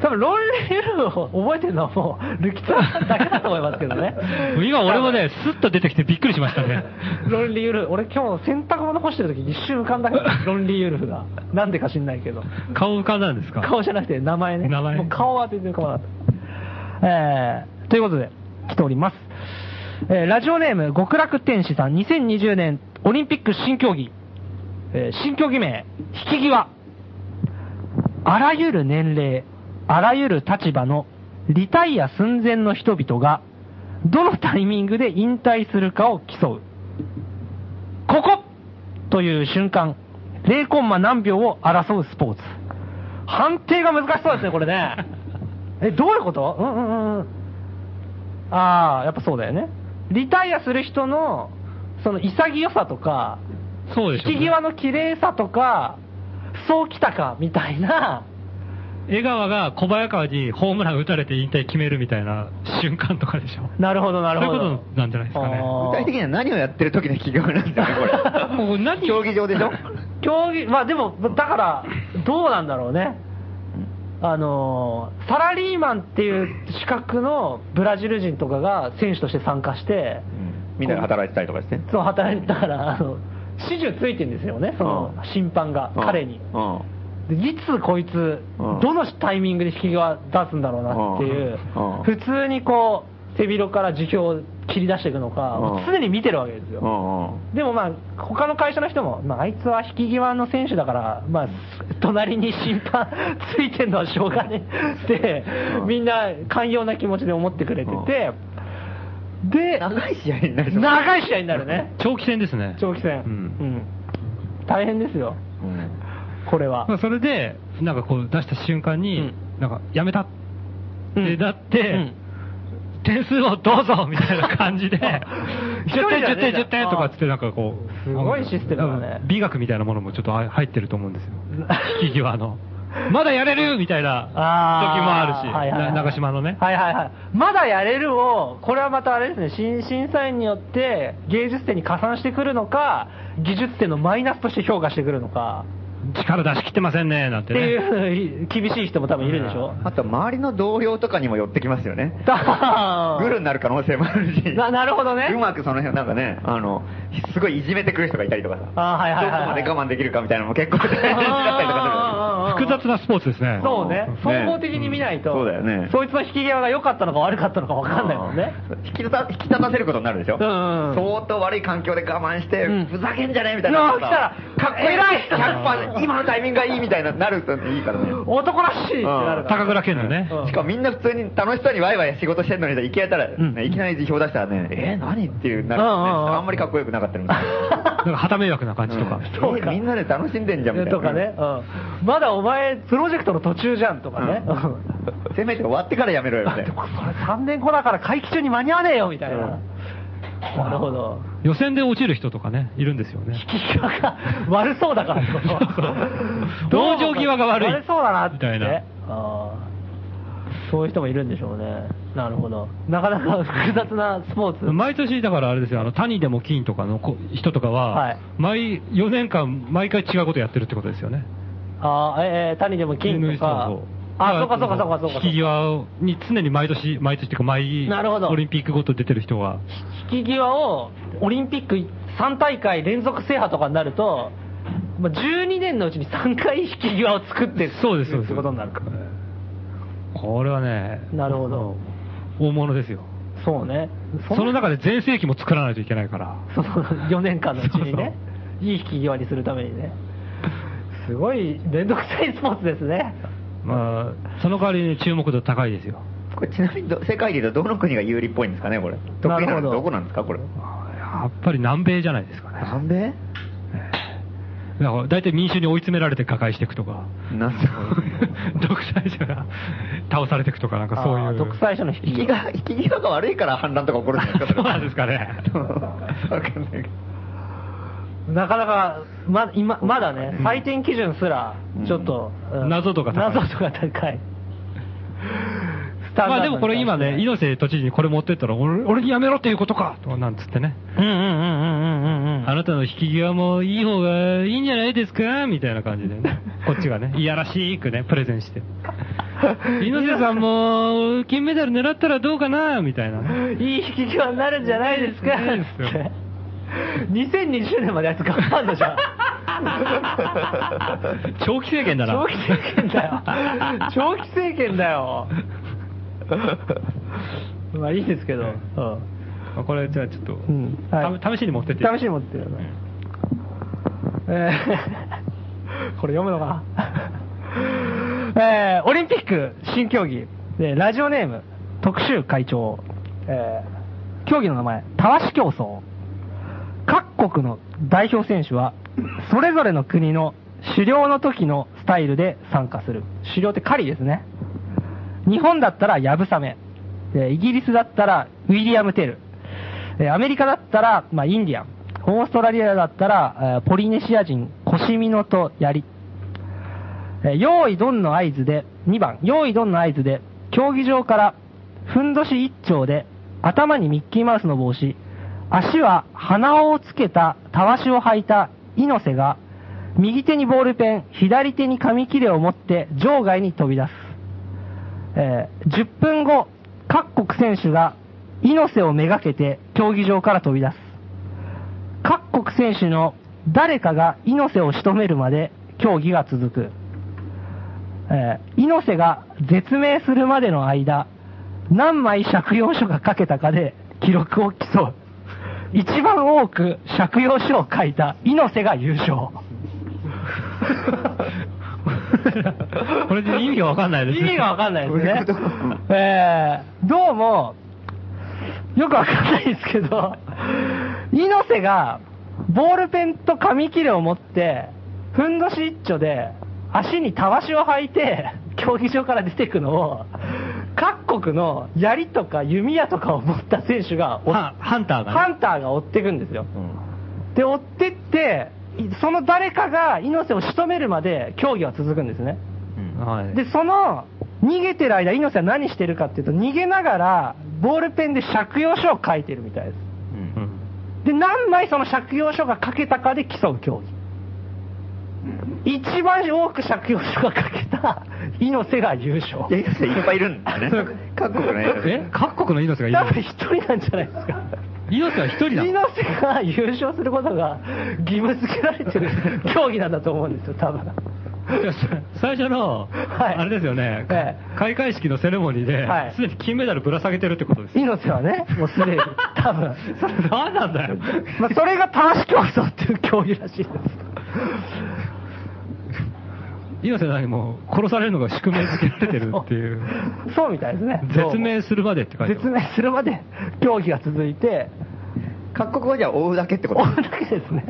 多分ロンリールを覚えてるのはもう、ルキツァだけだと思いますけどね [laughs] 今俺もね、スッと出てきてびっくりしましたね。ロンリーユルフ、俺今日洗濯物干してる時に一瞬浮かんだから、ロンリーユルフが。なんでか知んないけど。顔浮かんだんですか顔じゃなくて名前ね。名前もう顔は全然変わらなかった。えー、ということで、来ております。えー、ラジオネーム、極楽天使さん、2020年オリンピック新競技。えー新競技名、引き際。あらゆる年齢、あらゆる立場のリタイア寸前の人々が、どのタイミングで引退するかを競う。ここという瞬間、0コンマ何秒を争うスポーツ。判定が難しそうですね、これ [laughs] ね。え、どういうことうんうんうん。ああ、やっぱそうだよね。リタイアする人の、その潔さとか、そうでしょうね、引き際の綺麗さとか、そうきたか、みたいな、江川が小早川にホームラン打たれて引退決めるみたいな瞬間とかでしょ。なるほど、なるほど。そういうことなんじゃないですかねあー具体的には何をやってる時の企業なんだよね、 [laughs] こもうれ。何競技場 [laughs] でしょ競技、まあでも、だから、どうなんだろうね。あのーサラリーマンっていう資格のブラジル人とかが選手として参加して、みんなで働いてたりとかして。そう働いてたから、あの、始終ついてんですよね、そのうん審判が、彼に。うん。うんでいつこいつうん、どのタイミングで引き際出すんだろうなっていううんうん、普通にこう、背広から辞表を切り出していくのか、うん常に見てるわけですよ。うんうん。でもまあ、他の会社の人も、まあ、あいつは引き際の選手だから、まあ、隣に審判ついてるのはしょうがねえって、みんな寛容な気持ちで思ってくれてて、で、長い試合になりそう。長い試合になるね、長期戦ですね。長期戦。ううんん大変ですよ、うんこれはまあ、。それで、なんかこう出した瞬間に、うんなんか、やめたってでなって、点数をどうぞみたいな感じで、10 [laughs] [laughs] 一人じゃねえ点、んだ10点、10点とかっつって、なんかこう、すごいシステムだねなんか美学みたいなものもちょっと入ってると思うんですよ。 [laughs] 引 [laughs] き際の。まだやれるみたいな時もあるし、はいはいはいな長島のね。はいはいはい。まだやれるを、これはまたあれですね、新審査員によって芸術点に加算してくるのか、技術点のマイナスとして評価してくるのか、力出し切ってませんね、なんっててね。いう、厳しい人も多分いるでし [laughs] ょ。あと、周りの同僚とかにも寄ってきますよね。だグルになる可能性もあるし。ななるほどねうまくその辺をなんかね、あの、すごいいじめてくる人がいたりとかさ。あーはいはいはいはいどこまで我慢できるかみたいなのも結構大変だったりとかあー複雑なスポーツですね。そうね。ね総合的に見ないと、そうだよねそいつの引き際が良かったのか悪かったのか分する。かんないもんね。うん。引き立た、引き立たせることになるでしょうんうんうん相当悪い環境で我慢してうん、ふざけんじゃねえみたいうな。わ来たらかっこいい偉い100%、今のタイミングがいいみたいな、なるといいからね。男らしいってなるから。[laughs] 高倉健のね。うんしかもみんな普通に楽しそうにワイワイ仕事してんのにさ、いきなりやったら、んねいきなり辞表出したらね、えー、何っていうなるんですね、うんうんうんあんまりかっこよくなかったりもすなんか旗迷惑な感じ [laughs] るとか。うんえーみんなで楽しんでんじゃんみたいな。とかね、うんまだお前、プロジェクトの途中じゃんとかね、うんうんせめて終わってからやめろよ、みたいでもな。それ3年後だから会期中に間に合わねえよみたいな、なるほど、予選で落ちる人とかね、いるんですよね。引き際が悪そうだ [laughs] からってことう同情際が悪い悪そうだなってみたいなあーそういう人もいるんでしょうね、なるほど、なかなか複雑なスポーツ、毎年、だからあれですよ、あの、谷でも金とかのこ人とかはは、い毎、4年間、毎回違うことやってるってことですよね。あーえー谷でも金とかそうそう、あそうかそうかそうかそうか、引き際に常に毎年、毎年っていうか、毎、なるほどオリンピックごと出てる人は、引き際をオリンピック3大会連続制覇とかになると、まあ、12年のうちに3回引き際を作ってそうです、そうでってす。ことになるからこれはね、なるほど大物ですよ。そうねそ [laughs] の中で全盛期も作らないといけないから。その4年間のうちにねいい引き際にするためにねすごい面倒くさいスポーツですねまその代わりね注目度高いですよ。これちなみにど世界で言うとどの国が有利っぽいんですかね、これ。得意ななるほのどどこなんですか、これ。やっぱり南米じゃないですかね。南米だから大体民衆に追い詰められて瓦解していくとか、なんだろ [laughs] う独裁者が倒されていくとか、なんかそうあいーう。独裁者の引引ききが、引き際が悪いから反乱とか起こるんじゃないですそか、うなんですかね。それわかんないけど。なかなか、ま、今、まだね、採点基準すら、ちょっと、うん謎度が高い謎度が高い。スタンダードに対してまあでもこれ今ね、猪瀬都知事にこれ持ってったら、俺俺にやめろっていうことかとかなんつってね。うんうんうんうんうんうんうん。あなたの引き際もいい方がいいんじゃないですかみたいな感じで [laughs] ね。こっちがね、いやらしくね、プレゼンして。猪瀬さんも、金メダル狙ったらどうかなみたいなね。 [laughs] いい引き際になるんじゃないですかいいですよ2020年まであいつ頑張んのじゃん。 [laughs] 長期政権だな。長期政権だ [laughs] よ。長期政権だよ。まあいいですけど。うんまあこれじゃあちょっと、うんはいた試しに持ってって。試しに持ってるよね。え [laughs] ーこれ読むのかなえーオリンピック新競技、えーラジオネーム、特集会長、えー競技の名前、たわし競争。各国の代表選手は、それぞれの国の狩猟の時のスタイルで参加する。狩猟って狩りですね。日本だったらヤブサメ、えーイギリスだったらウィリアム・テル、えーアメリカだったら、まあ、インディアン、オーストラリアだったら、えーポリネシア人、コシミノとヤリ。えー用意ドンの合図で、2番、用意ドンの合図で、競技場から、ふんどし一丁で、頭にミッキーマウスの帽子、足は鼻をつけた、たわしを履いた猪瀬が、右手にボールペン、左手に紙切れを持って、場外に飛び出す。えー10分後、各国選手が猪瀬をめがけて競技場から飛び出す。各国選手の誰かが猪瀬を仕留めるまで競技が続く。えー猪瀬が絶命するまでの間、何枚借用書が書けたかで記録を競う。一番多く借用書を書いた猪瀬が優勝。 [laughs] これで意味がわかんないです意味がわかんないですどうねいうこ。えー、どうも、よくわかんないですけど、猪瀬が、ボールペンと紙切れを持って、ふんどし一丁で、足にたわしを履いて、競技場から出てくのを、各国の槍とか弓矢とかを持った選手が追っ、ハンハンターがねハンターが追っていくんですよ。うんで、追ってって、いその誰かが猪瀬を仕留めるまで競技は続くんですね。はいで、その、逃げてる間、猪瀬は何してるかっていうと、逃げながら、ボールペンで借用書を書いてるみたいです。うんで、何枚その借用書が書けたかで競う競技。一番多く借用書が書けた猪瀬が優勝。いや、いっぱいいるんだね。各国ね。え各国の猪瀬が多 [laughs] い分る一人なんじゃないですか。猪瀬は一人だ。猪瀬が優勝することが義務付けられてる競技なんだと思うんですよ、多分。最初の、はいあれですよね、え開会式のセレモニーではい、すで、に金メダルぶら下げてるってことです。猪瀬はね、もうすでに、多分。それ何なんだよ。まあ、それが端子競争っていう競技らしいです。猪瀬何もう殺されるのが宿命づけられてるっていう。そうみたいですね。絶命するまでって書いてあ絶る。命するまで競技が続いて、各国はじゃあ追うだけってこ追とうだけですね。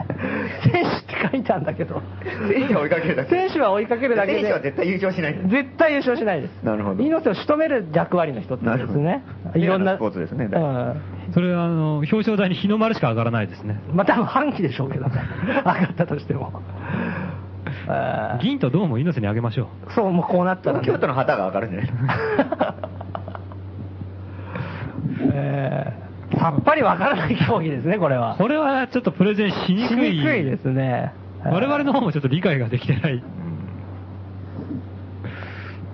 選手って書いてあるんだけど、選手は追いかけるだけ。選手は追いかけるだけで、選手は絶対優勝しない。絶対優勝しないです。なるほど猪瀬を仕留める役割の一つでなるほすどね。いろんレな。アなスポーツですねうんそれは、あの、表彰台に日の丸しか上がらないですね。まあ多分半期でしょうけどね。上がったとしても。あー銀と銅も猪瀬にあげましょう。そう、もうこうなったらね、東京都の [laughs] 旗が上がるんじゃない [laughs] えーさっぱりわからない競技ですね、これは。これはちょっとプレゼンしにしくい。にくいですね。我々の方もちょっと理解ができてない。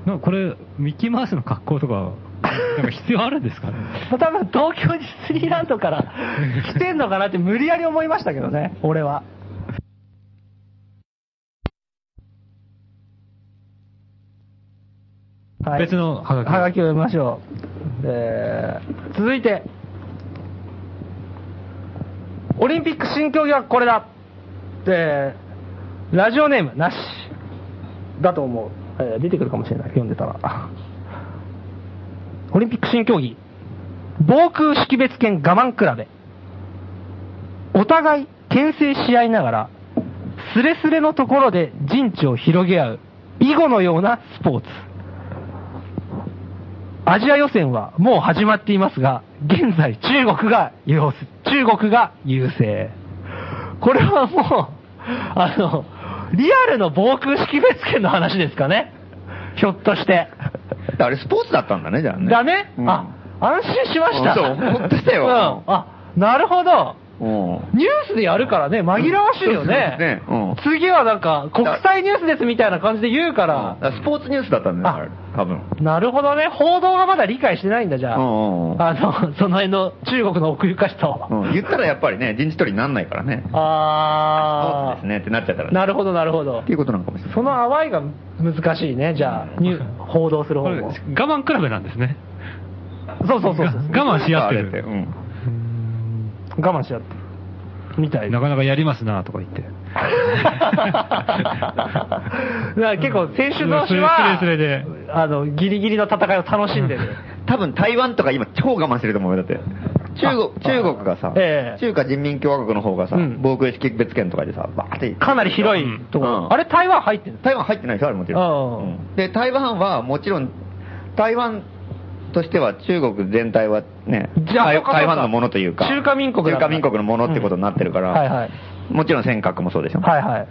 なんかこれ、ミッキーマウスの格好とか、なんか必要あるんですかねまあ多分東京ディズニーランドから来てんのかなって無理やり思いましたけどね、俺は。はい別のハガキはがきを読みましょう。えー続いて、オリンピック新競技はこれだ。えーラジオネームなし。だと思う。えー出てくるかもしれない。読んでたら。オリンピック新競技。防空識別圏我慢比べ。お互い牽制し合いながら、スレスレのところで陣地を広げ合う、囲碁のようなスポーツ。アジア予選はもう始まっていますが、現在中国が優勢。中国が優勢。これはもう、あの、リアルの防空識別圏の話ですかね。ひょっとして。あれスポーツだったんだね、じゃあね。だね、うんあ、安心しました。そう思ってたようん。あ、なるほど。うん。ニュースでやるからね、紛らわしいよね。そうですねうん次はなんか、国際ニュースですみたいな感じで言うかだら、からスポーツニュースだったんだよ、ああれ多分。なるほどね、報道がまだ理解してないんだ、じゃあ。うんうんうんあの、その辺の中国の奥ゆかしさを。うん言ったらやっぱりね、人事取りになんないからね。そうあー。ですねってなっちゃったらねなるほど、なるほどってい。うことなのかもしれない。その淡いが難しいね、じゃあ、ニュ報道するこ方れ我も。慢比べなんですね。そうそうそうがそう。我慢し合ってあれる。うん。我慢し合って。みたいなな。かなかやりますなとか言って。 [laughs] だから結構選手同士は、それそれそあの、ギリギリの戦いを楽しんでる。多分台湾とか今超我慢してると思うよ、だって。中国、中国がさ、ええ中華人民共和国の方がさ、うん防空識別圏とかでさ、バーって。かなり広いところ。うんあれ台湾入ってる台湾入ってないでしょ、あれもちろん。あうんで、台湾はもちろん、台湾としては中国全体はね、じゃあ台そうかそうか台湾のものというか、中華民国だ中から華民国のものってことになってるから、うんはいはいもちろん尖閣もそうでしょ。はいはい。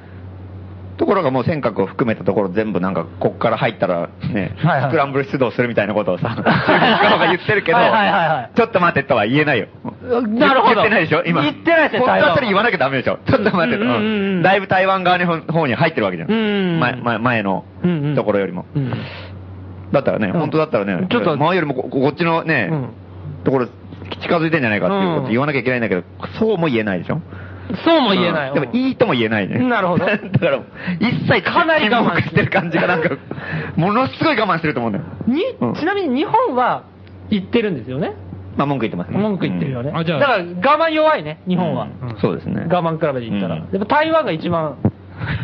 ところがもう尖閣を含めたところ全部なんか、こっから入ったらね、はいはいスクランブル出動するみたいなことを [laughs] さ、中国側が言ってるけど、はいはいはいはいちょっと待ってとは言えないよ。なるほど言ってないでしょ今。言ってないですよ本当だったら台湾言わなきゃダメでしょちょっと待ってと。うんうんうんうんだいぶ台湾側の方に入ってるわけじゃん。うんうん前前前のうんうんところよりも。うんだったらね、うん本当だったらね、ちょっと前よりもここっちのね、うんところ近づいてんじゃないかっていうこと言わなきゃいけないんだけど、そうも言えないでしょそうも言えない。うんでも、いいとも言えないね。なるほど [laughs] だから、一切かなり我慢沈黙してるしてる感じが [laughs] なんか、ものすごい我慢してると思うんだよ。にうんちなみに日本は行ってるんですよね。まあ、文句言ってますね。文句言ってるよね。うんあじゃあだから我慢弱いね、日本は。うんそうですね。我慢比べで言ったら。うんでも台湾が一番、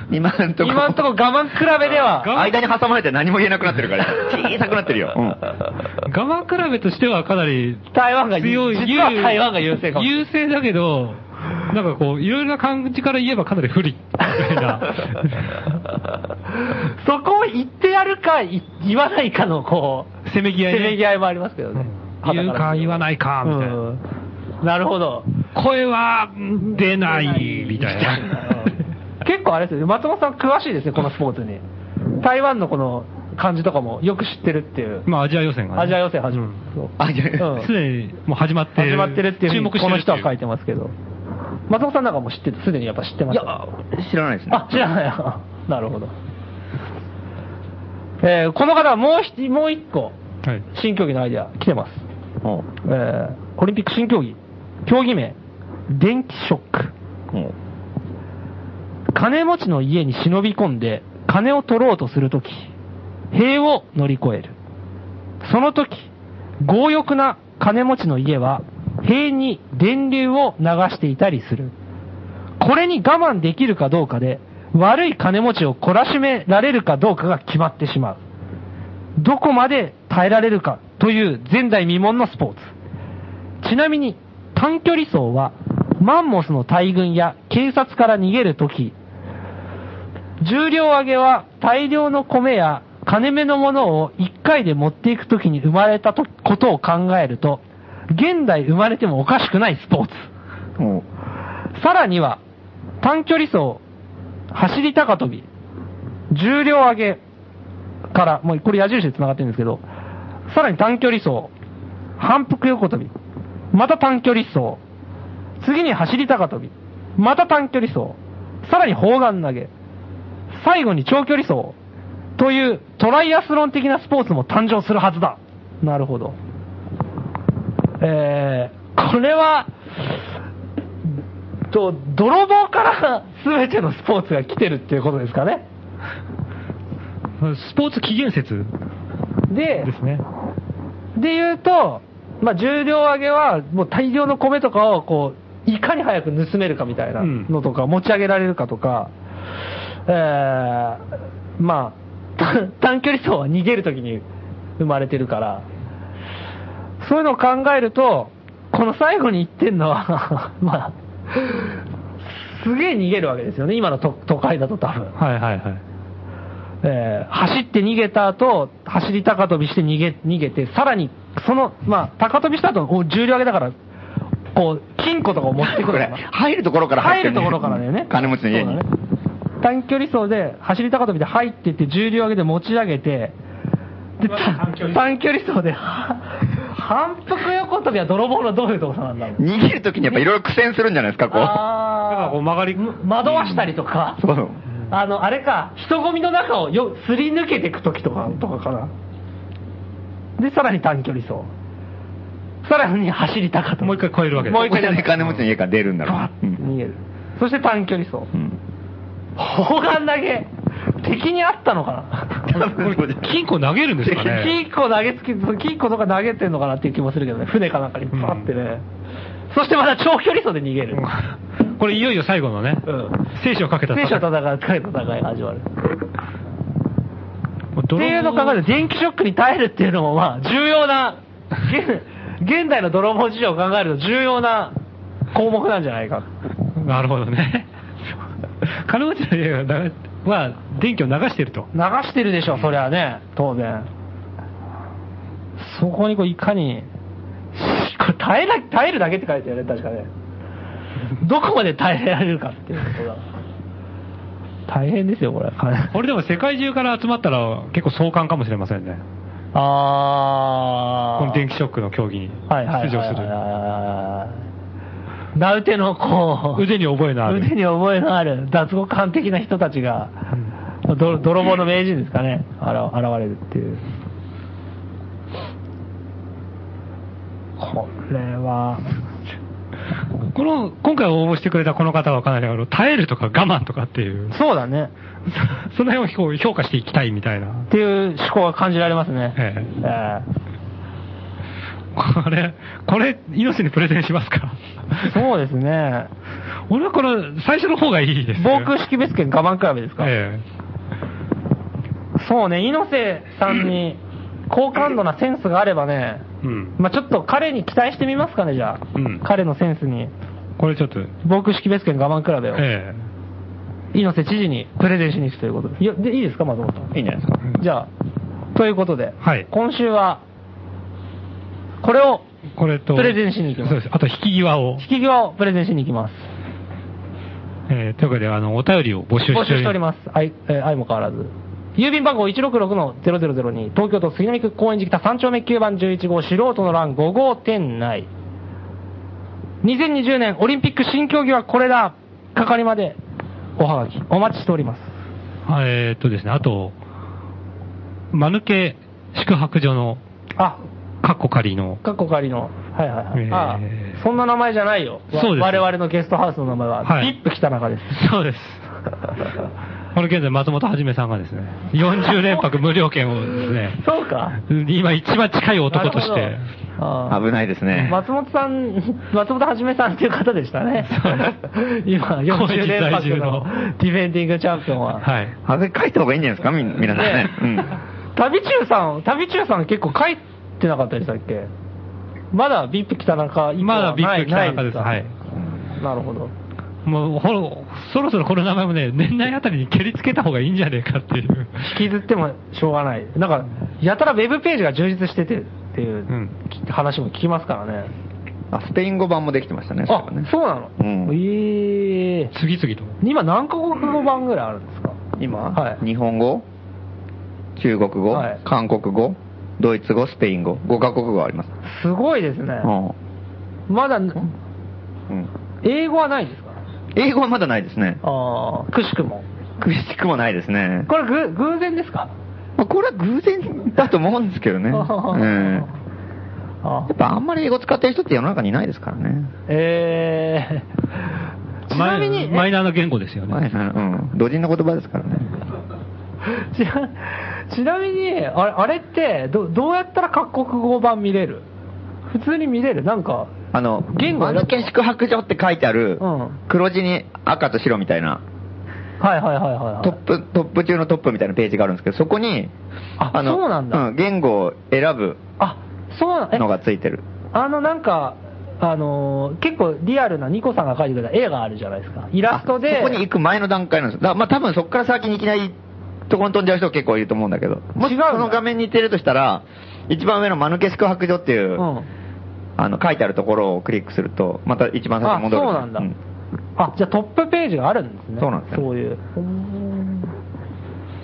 今んとこ。今んとこ我慢比べでは、間に挟まれて何も言えなくなってるから、小さくなってる [laughs] よ。我慢比べとしてはかなり台湾が強い。実は台湾が優勢かも。優勢だけど、なんかこう、いろいろな感じから言えばかなり不利。みたい [laughs] な [laughs] そこを言ってやるか、い言わないかの、こう、せめぎ合いねせめぎ合いもありますけどね。うん言うか言わないか、みたいな。な。なるほど。声はうん出ない、みたいな。結構あれですよね、松本さん詳しいですね、このスポーツに。台湾のこの感じとかもよく知ってるっていう。 [laughs] まあ、アジア予選がね。アジア予選始まうんそうあ、いやうんすでにもう始まってる。始まってるっていうふうに注目してこるのって人いうは書いてますけど。松本さんなんかも知ってて、すでにやっぱ知ってまいしやた。、知らないですね。あ、知らない。 [laughs] あなるほど。えーこの方はもうひもう一個、はい。新競技のアイデア来てます。おうえーオリンピック新競技、競技名、電気ショック。おう金持ちの家に忍び込んで、金を取ろうとするとき、塀を乗り越える。そのとき、強欲な金持ちの家は、塀に電流を流していたりする。これに我慢できるかどうかで、悪い金持ちを懲らしめられるかどうかが決まってしまう。どこまで耐えられるかという前代未聞のスポーツ。ちなみに、短距離走は、マンモスの大群や警察から逃げるとき、重量上げは大量の米や金目のものを1回で持っていくときに生まれたとことを考えると、現代生まれてもおかしくないスポーツ。おうさらには、短距離走、走り高跳び、重量上げから、もうこれ矢印で繋がってるんですけど、さらに短距離走、反復横跳び、また短距離走、次に走り高跳び、また短距離走、さらに砲丸投げ、最後に長距離走、というトライアスロン的なスポーツも誕生するはずだ。なるほど。えー、これは、と、泥棒から全てのスポーツが来てるっていうことですかね。スポーツ起源説で、ですね。で言うと、まあ、重量上げはもう大量の米とかをこう、いかに早く盗めるかみたいなのとか、持ち上げられるかとか、えーまあ、 [laughs] 短短距離走は逃げるときに生まれてるから、そういうのを考えると、この最後に言ってんのは、 [laughs] まあ、すげえ逃げるわけですよね、今の都都会だと多分。はいはいはい。えー走って逃げた後、走り高跳びして逃げ、逃げて、さらに、その、まあ、高跳びした後、こう重量上げだから、こう、金庫とかを持ってくこるれ、入るところから入っ入てるところからだよね。金持ちの家に。そうだね短距離走で、走り高跳びで入ってって、重量上げで持ち上げて、で、短距離走で、 [laughs] は反復横跳びは泥棒のどういうところな [laughs] んだろう。逃げるときにやっぱいろいろ苦戦するんじゃないですか、こう。だからあこう曲がり、ー惑わしたりとか、そう。あの、あれか、人混みの中をよすり抜けていくときとか、とかかな。で、さらに短距離走。さらに走り高跳び。もう一回超えるわけですもう一これで回だねね、金持ちの家から出るんだろうバな。うッとん逃げる。そして短距離走。うん砲丸投げ、敵にあったのかなこれこれ金庫投げるんですかね金庫投げつけ、金庫とか投げてんのかなっていう気もするけどね、船かなんかにパってね、そしてまた長距離走で逃げる、これいよいよ最後のね、うん、聖書をかけた戦車戦い、かけた戦いが始まる。って泥棒いうのを考えると、電気ショックに耐えるっていうのも、まあ、 [laughs] 重要な、現現代の泥棒事情を考えると重要な項目なんじゃないか。なるほどね。金持ちの家が流は電気を流してると。流してるでしょ、そりゃね、当然。そこにこういかに、これ耐えな、耐えるだけって書いてあるよね、確かね。どこまで耐えられるかっていうことだ。大変ですよ、これ。これでも世界中から集まったら結構壮観かもしれませんね。あー。この電気ショックの競技にはいはいはい出場する。る。名うてのこう、腕に覚えのある [laughs] 腕に覚えのある脱獄犯的な人たちが、ど泥棒の名人ですかね、あら現れるっていう。これは、この、今回応募してくれたこの方はかなりあの、耐えるとか我慢とかっていう、そうだね。その辺をこう評価していきたいみたいな [laughs] っ。ていう思考が感じられますね。ええこれ、これ、命にプレゼンしますか [laughs] えそうですね。俺はこの最初の方がいいですね。防空識別圏我慢比べですか、えそうね、猪瀬さんに好感度なセンスがあればね、えうん。まあちょっと彼に期待してみますかね、じゃあ。うん彼のセンスに。これちょっと、防空識別圏我慢比べを、え猪瀬知事にプレゼンしに行くということです。いやでいいですか、松本さん。いいんじゃないですか。じゃあ、ということで、はい今週は、これを、えこれと、プレゼンしに行きますそうです。あと、引き際を。引き際をプレゼンしに行きます。えーというわけで、あの、お便りを募集しており募ます。集しております。愛、えー愛も変わらず。郵便番号166-0002、東京都杉並区公園寺北3丁目9番11号、素人の欄5号店内。2020年オリンピック新競技はこれだ係までおはがき、お待ちしております。はいえーっとですね、あと、間抜け宿泊所のあ、カッコ仮の、かっこかりの。はいはいはい。えーあそんな名前じゃないよ。わそうです我々のゲストハウスの名前は、はいビップ北中 [laughs] です。そうです。これ現在松本はじめさんがですね、40連泊無料券をですね、そうか今一番近い男としなてる、ほどあー危ないですね。松本さん、 [laughs] 松本はじめさんっていう方でしたね。今、40連高知在発住ののディフェンディングチャンピオンは。はい。あれ書いた方がいいんじゃないですか、み皆さんね。旅中さん、旅中さん結構書いてなかったでしたっけまだビップ北中、まだビッグ北中です。かはい。なるほど。もうほろ、そろそろこの名前もね、年内あたりに蹴りつけた方がいいんじゃねえかっていう。 [laughs] 引きずってもしょうがない。なんか、やたらウェブページが充実しててっていう、うんき話も聞きますからね。うん。あ、スペイン語版もできてましたね、あれはね、そうなの、うんええ次々と。今何カ国語版ぐらいあるんですか今、はい。日本語、中国語、はい韓国語、ドイツ語、スペイン語、5カ国語あります。すごいですね。まだ、うんうん英語はないですか英語はまだないですね。ああ、くしくも。苦しくもないですね。これぐ、偶然ですかまあこれは偶然だと思うんですけど [laughs] ね。うんあやっぱあんまり英語使ってる人って世の中にいないですからね。え [laughs] ー、ちなみに、マイマイナーな言語ですよはね。いうん。同人の言葉ですからね。えちなちなみに、あれあれってど、どうやったら各国語版見れる普通に見れるなんか、あの、言語間選ぶ抜け宿泊所って書いてあるうん、黒字に赤と白みたいな。はいはいはいはいはい。トップ、トップ中のトップみたいなページがあるんですけど、そこに、あの、そうなんだうん言語を選ぶあ、そうなののがついてる。あのなんか、あのー結構リアルなニコさんが描いてくれた絵があるじゃないですか。イラストあで。そこに行く前の段階なんです。だまあ多分そこから先にいきなりとこに飛んじゃう人結構いると思うんだけど。もし違うんだその画面に似てるとしたら、一番上の間抜け宿泊所っていう、うん。あの、書いてあるところをクリックすると、また一番最初に戻る。あそうなんだあ、じゃあトップページがあるんですね。そうなんですよそういう。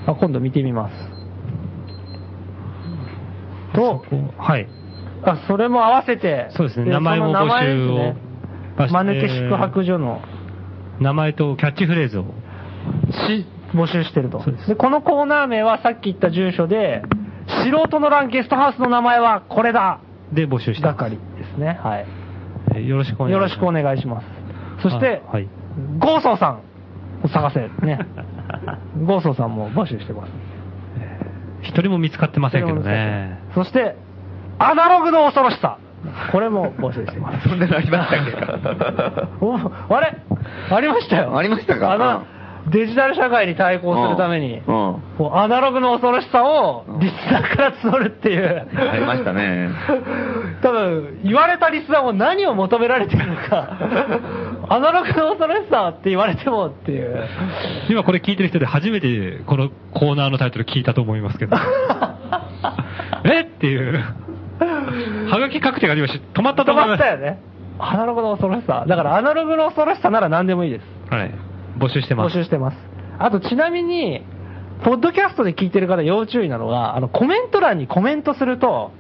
あ、今度見てみます。と、はい。あ、それも合わせて。そうですね、名前もその募集名を前ですね。出して間抜け宿泊所の名前とキャッチフレーズを。し募集してるとそうですでこのコーナー名はさっき言った住所で素人の欄ゲストハウスの名前はこれだで募集してます係ですねはいえーよろしくお願いします。よろしくお願いしますそして、あはいゴーソーさんを探せ [laughs] ねゴーソーさんも募集してます一人も見つかってませんけどね。そしてアナログの恐ろしさこれも募集してます [laughs] [laughs] そんなのありましたっ [laughs] けおあれありましたよありましたかあのデジタル社会に対抗するために、うんうんこうアナログの恐ろしさをリスナーから募るっていう、ありましたね。多分言われたリスナーも何を求められてるのかアナログの恐ろしさって言われてもっていう今これ聞いてる人で初めてこのコーナーのタイトル聞いたと思い [laughs] ますけど。えっていう。はがき確定が今し止まった止と思いままっすた。よねアナログの恐ろしさだからアナログの恐ろしさなら何でもいいですはい。募集してま募す。集してます。あと、ちなみに、ポッドキャストで聞いてる方要注意なのが、あの、コメント欄にコメントすると、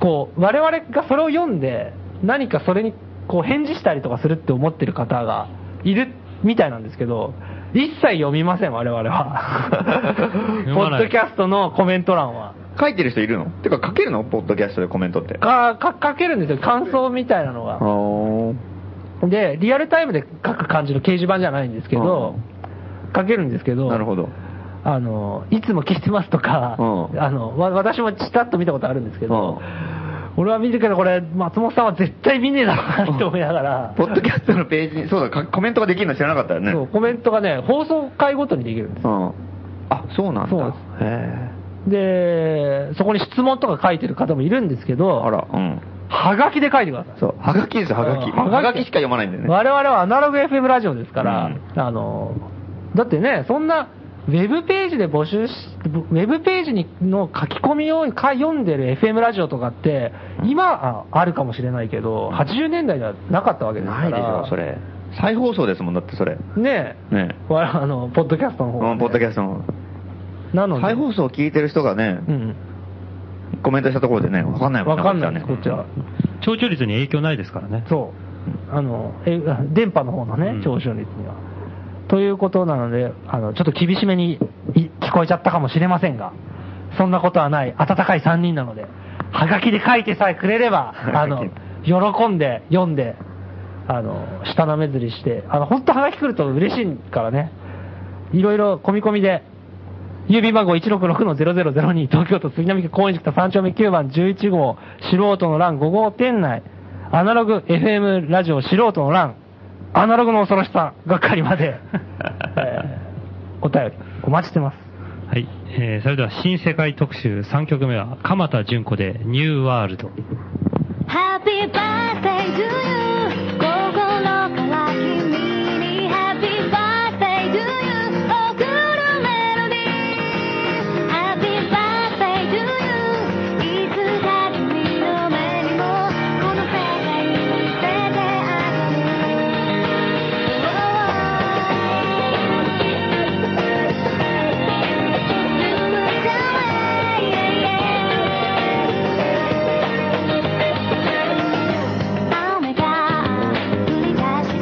こう、我々がそれを読んで、何かそれに、こう、返事したりとかするって思ってる方がいるみたいなんですけど、一切読みません、我々は。読ポまッないドキャストのコメント欄は。書いてる人いるのてか書けるのポッドキャストでコメントって。か、か、書けるんですよ、感想みたいなのが。ーで、リアルタイムで書く感じの掲示板じゃないんですけど、書けるんですけど、なるほど。あの、いつも聞いてますとか、うんあの、わ私もちらっと見たことあるんですけど、うん俺は見てるけど、これ、松本さんは絶対見ねえだろうなって思いながら、ポッドキャストのページ [laughs] に、そうだ、かコメントができるの知らなかったよね。そうコメントがね、放送回ごとにできるんでうん。あ、そうなんだ。そうなんでへす。で、そこに質問とか書いてる方もいるんですけえ。ど、あら、うん。はがきで書いてください。そう、はがきですよ、はがき。うんまあはがきしか読まないんだよね。我々はアナログ FM ラジオですから、うあの、だってね、そんな、ウェブページで募集し、ウェブページにの書き込みをか読んでる FM ラジオとかって、今ああるかもしれないけど、80年代ではなかったわけですから。ないでしょ、そ。れ。再放送ですもん、だってそれ。ねえ。ね我々あの、ポッドキャストの方、うん、ポッドキャストの。なので。再放送を聞いてる人がね、うん。コメントしたところでね、わかんないもわんね。かんないです、ここっっちちはは。長距離率に影響ないですからね。そう。あの、え電波の方のうねん、聴取率には。ということなので、あの、ちょっと厳しめにい聞こえちゃったかもしれませんが、そんなことはない、温かい3人なので、はがきで書いてさえくれれば、あの、喜んで、読んで、あの、舌なめずりして、あの、本当はがき来ると嬉しいからね、いろいろ込み込みで、郵便番号166-0002、東京都杉並区公園寺北3丁目9番11号、素人の欄5号店内、アナログ FM ラジオ素人の欄、アナログの恐ろしさ係まで、えーお便り、お待ちしてます。はい。えーそれでは新世界特集3曲目は、鎌田純子でニューワールド。 Happy birthday to you 心から君に Happy birthday to you 贈るメロディー Happy birthday to you いつか君の目にもこの世界に見せてあげる雨が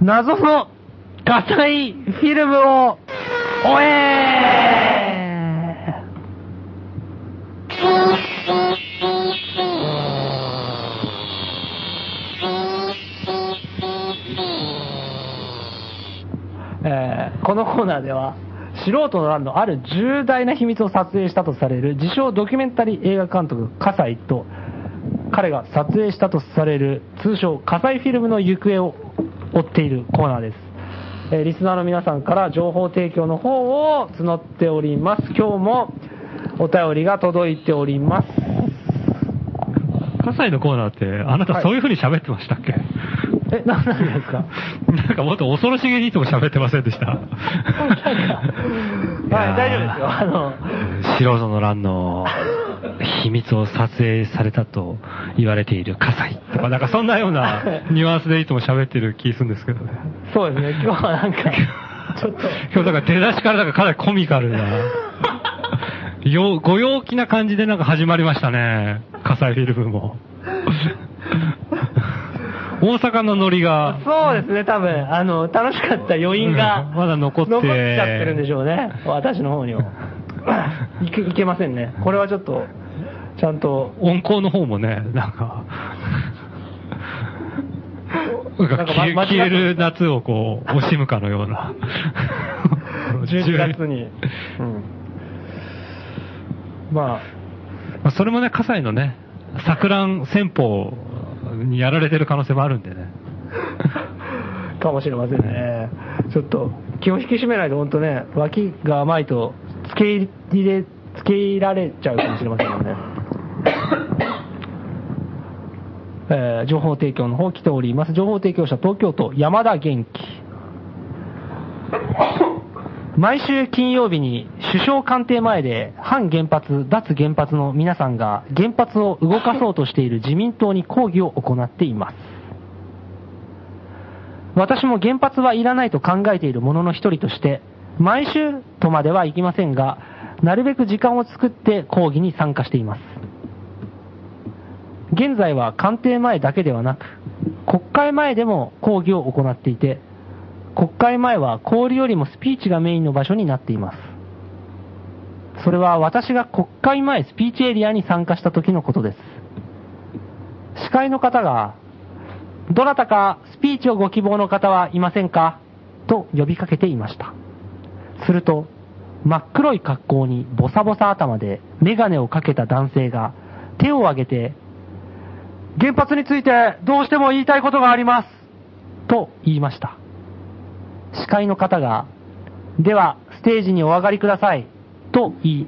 謎の火災フィルムを、おえーえーこのコーナーでは、素人の欄のある重大な秘密を撮影したとされる自称ドキュメンタリー映画監督、葛西と、彼が撮影したとされる通称火災フィルムの行方を追っているコーナーです、えーリスナーの皆さんから情報提供の方を募っております今日もお便りが届いております葛西のコーナーって、あなはたいそういう風に喋ってましたっけ、え何なんですかなんかもっと恐ろしげにいつも喋ってません [laughs] でした。はいはい大丈夫ですよあの素人の乱の秘密を撮影されたと言われている葛西とか、なんかそんなような [laughs] ニュアンスでいつも喋ってる気するんですけどね。そうですね今日はなんかちょっと今日だから出だしからなんかかなりコミカルな、よご陽気な感じでなんか始まりましたね。火災フィルム [laughs] も。大阪のノリが、そうですね多分あの楽しかった余韻が、うんまだ残って残っちゃってるんでしょうね私の [laughs] 方にもいけいけませんねこれはちょっとちゃんと音効の方もね、なんか、なんかなんかま消え間違っ消える夏をこう、惜しむかのような。 11月に、うん、まあ [laughs] まあそれもね、葛西のね、錯乱戦法にやられてる可能性もあるんでね。 [laughs] かもしれませんねちょっと気を引き締めないと本当ね脇が甘いとつけ入れつけ入られちゃうかもしれませんもんねえー情報提供の方来ております情報提供者東京都山田元気毎週金曜日に首相官邸前で反原発、脱原発の皆さんが原発を動かそうとしている自民党に抗議を行っています。私も原発はいらないと考えている者の一人として、毎週とまではいきませんが、なるべく時間を作って抗議に参加しています。現在は官邸前だけではなく、国会前でも抗議を行っていて、国会前は氷よりもスピーチがメインの場所になっています。それは私が国会前スピーチエリアに参加した時のことです。司会の方が、どなたかスピーチをご希望の方はいませんかと呼びかけていました。すると、真っ黒い格好にボサボサ頭でメガネをかけた男性が手を挙げて、原発についてどうしても言いたいことがありますと言いました。司会の方が、では、ステージにお上がりください、と言い、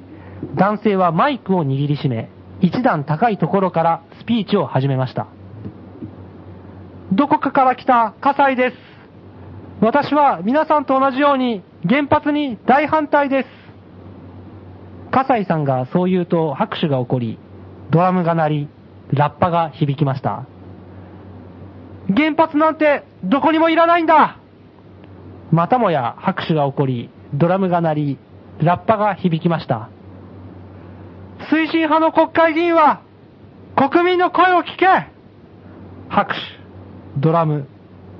男性はマイクを握りしめ、一段高いところからスピーチを始めました。どこかから来た葛西です。私は皆さんと同じように原発に大反対です。葛西さんがそう言うと拍手が起こり、ドラムが鳴り、ラッパが響きました。原発なんてどこにもいらないんだまたもや拍手が起こり、ドラムが鳴り、ラッパが響きました。推進派の国会議員は、国民の声を聞け拍手、ドラム、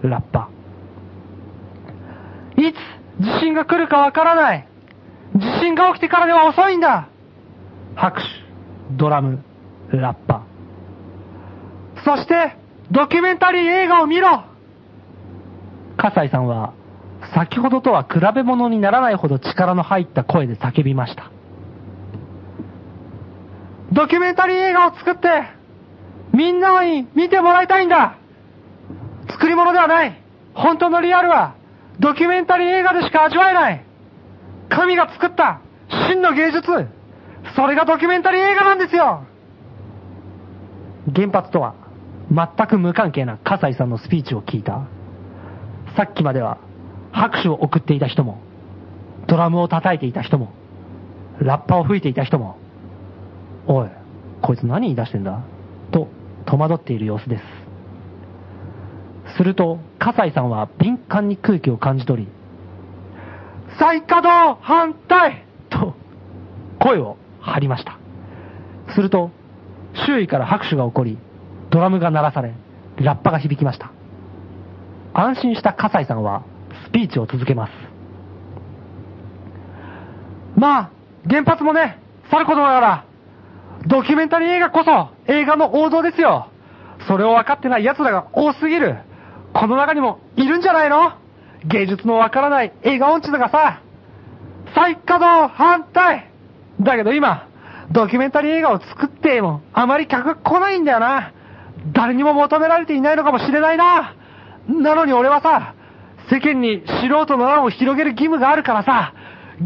ラッパ。いつ地震が来るかわからない地震が起きてからでは遅いんだ拍手、ドラム、ラッパ。そして、ドキュメンタリー映画を見ろ葛西さんは先ほどとは比べ物にならないほど力の入った声で叫びましたドキュメンタリー映画を作ってみんなに見てもらいたいんだ作り物ではない本当のリアルはドキュメンタリー映画でしか味わえない神が作った真の芸術それがドキュメンタリー映画なんですよ原発とは全く無関係な葛西さんのスピーチを聞いたさっきまでは拍手を送っていた人も、ドラムを叩いていた人も、ラッパを吹いていた人も、おい、こいつ何言い出してんだと戸惑っている様子です。すると、葛西さんは敏感に空気を感じ取り、再稼働反対と声を張りました。すると、周囲から拍手が起こり、ドラムが鳴らされ、ラッパが響きました。安心した葛西さんはスピーチを続けます。まあ、原発もね、さることながら、ドキュメンタリー映画こそ映画の王道ですよ。それを分かってない奴らが多すぎる。この中にもいるんじゃないの芸術の分からない映画音痴だがさ、再稼働反対だけど今、ドキュメンタリー映画を作ってもあまり客が来ないんだよな。誰にも求められていないのかもしれないな。なのに俺はさ、世間に素人の欄を広げる義務があるからさ、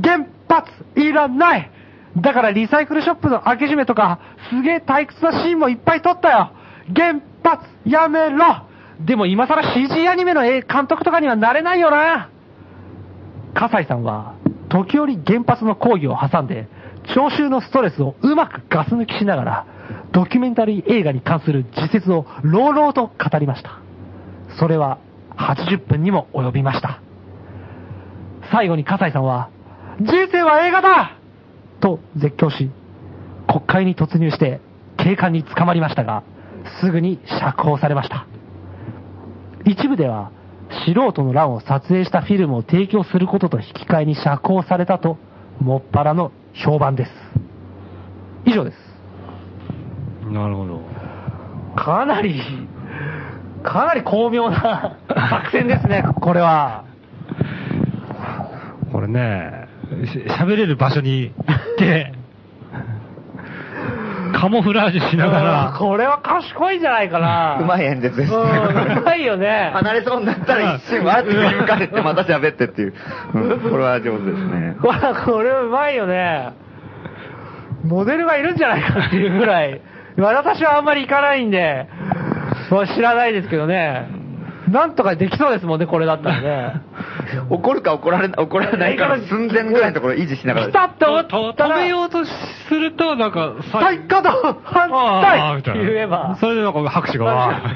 原発いらないだからリサイクルショップの開け閉めとか、すげえ退屈なシーンもいっぱい撮ったよ原発やめろでも今更 CG アニメの絵監督とかにはなれないよな笠井さんは、時折原発の講義を挟んで、聴衆のストレスをうまくガス抜きしながら、ドキュメンタリー映画に関する自説を朗々と語りました。それは80分にも及びました。最後に笠井さんは、人生は映画だと絶叫し、国会に突入して警官に捕まりましたが、すぐに釈放されました。一部では、素人の乱を撮影したフィルムを提供することと引き換えに釈放されたと、もっぱらの評判です。以上です。なるほど。かなり、かなり巧妙 [laughs] な作戦ですね、これは。これね、し喋れる場所に [laughs] 行って、カモフラージュしながうんら、これは賢いんじゃないかな。うまい演説ですね。うんうまいよね離れそうになったら一瞬わーって振り向かれてまた喋ってっていう。うんこれは上手ですね。これは、これはうまいよね。モデルがいるんじゃないかっていうぐらい。私はあんまり行かないんで、まあ知らないですけどね。なんとかできそうですもんね、これだったらね。怒るか怒られな怒られないかの寸前ぐらいのところを維持しなが来ら。たって思った食らべ、ようとすると、なんか、再稼働反あ対あ、っみてたいな。言えば。それでなんか拍手がわ [laughs]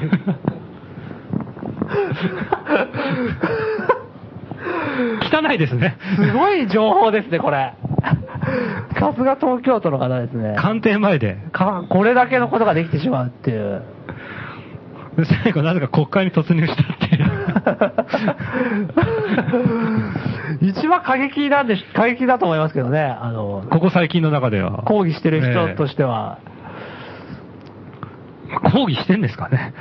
ー。汚いですね。すごい情報ですね、これ。さすが東京都の方ですね。官邸前で。かこれだけのことができてしまうっていう。で最後、なぜか国会に突入したって [laughs] いう。一番過激なんでし、過激だと思いますけどね、あの、ここ最近の中では。抗議してる人としては。ええ抗議してんですかね。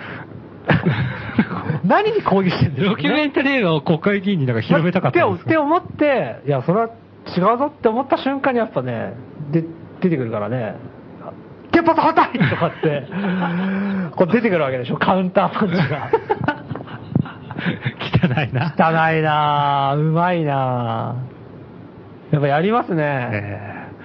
何に抗議してるんですか、ね、ドキュメンタリー映画を国会議員になんか広めたかったんっでてすってか思って、いや、それは違うぞって思った瞬間にやっぱね、で出てくるからね、原発反対とか [laughs] って、こう出てくるわけでしょ、カウンターパンチが。汚いな。汚いなぁ、うまいなぁ。やっぱやりますね。え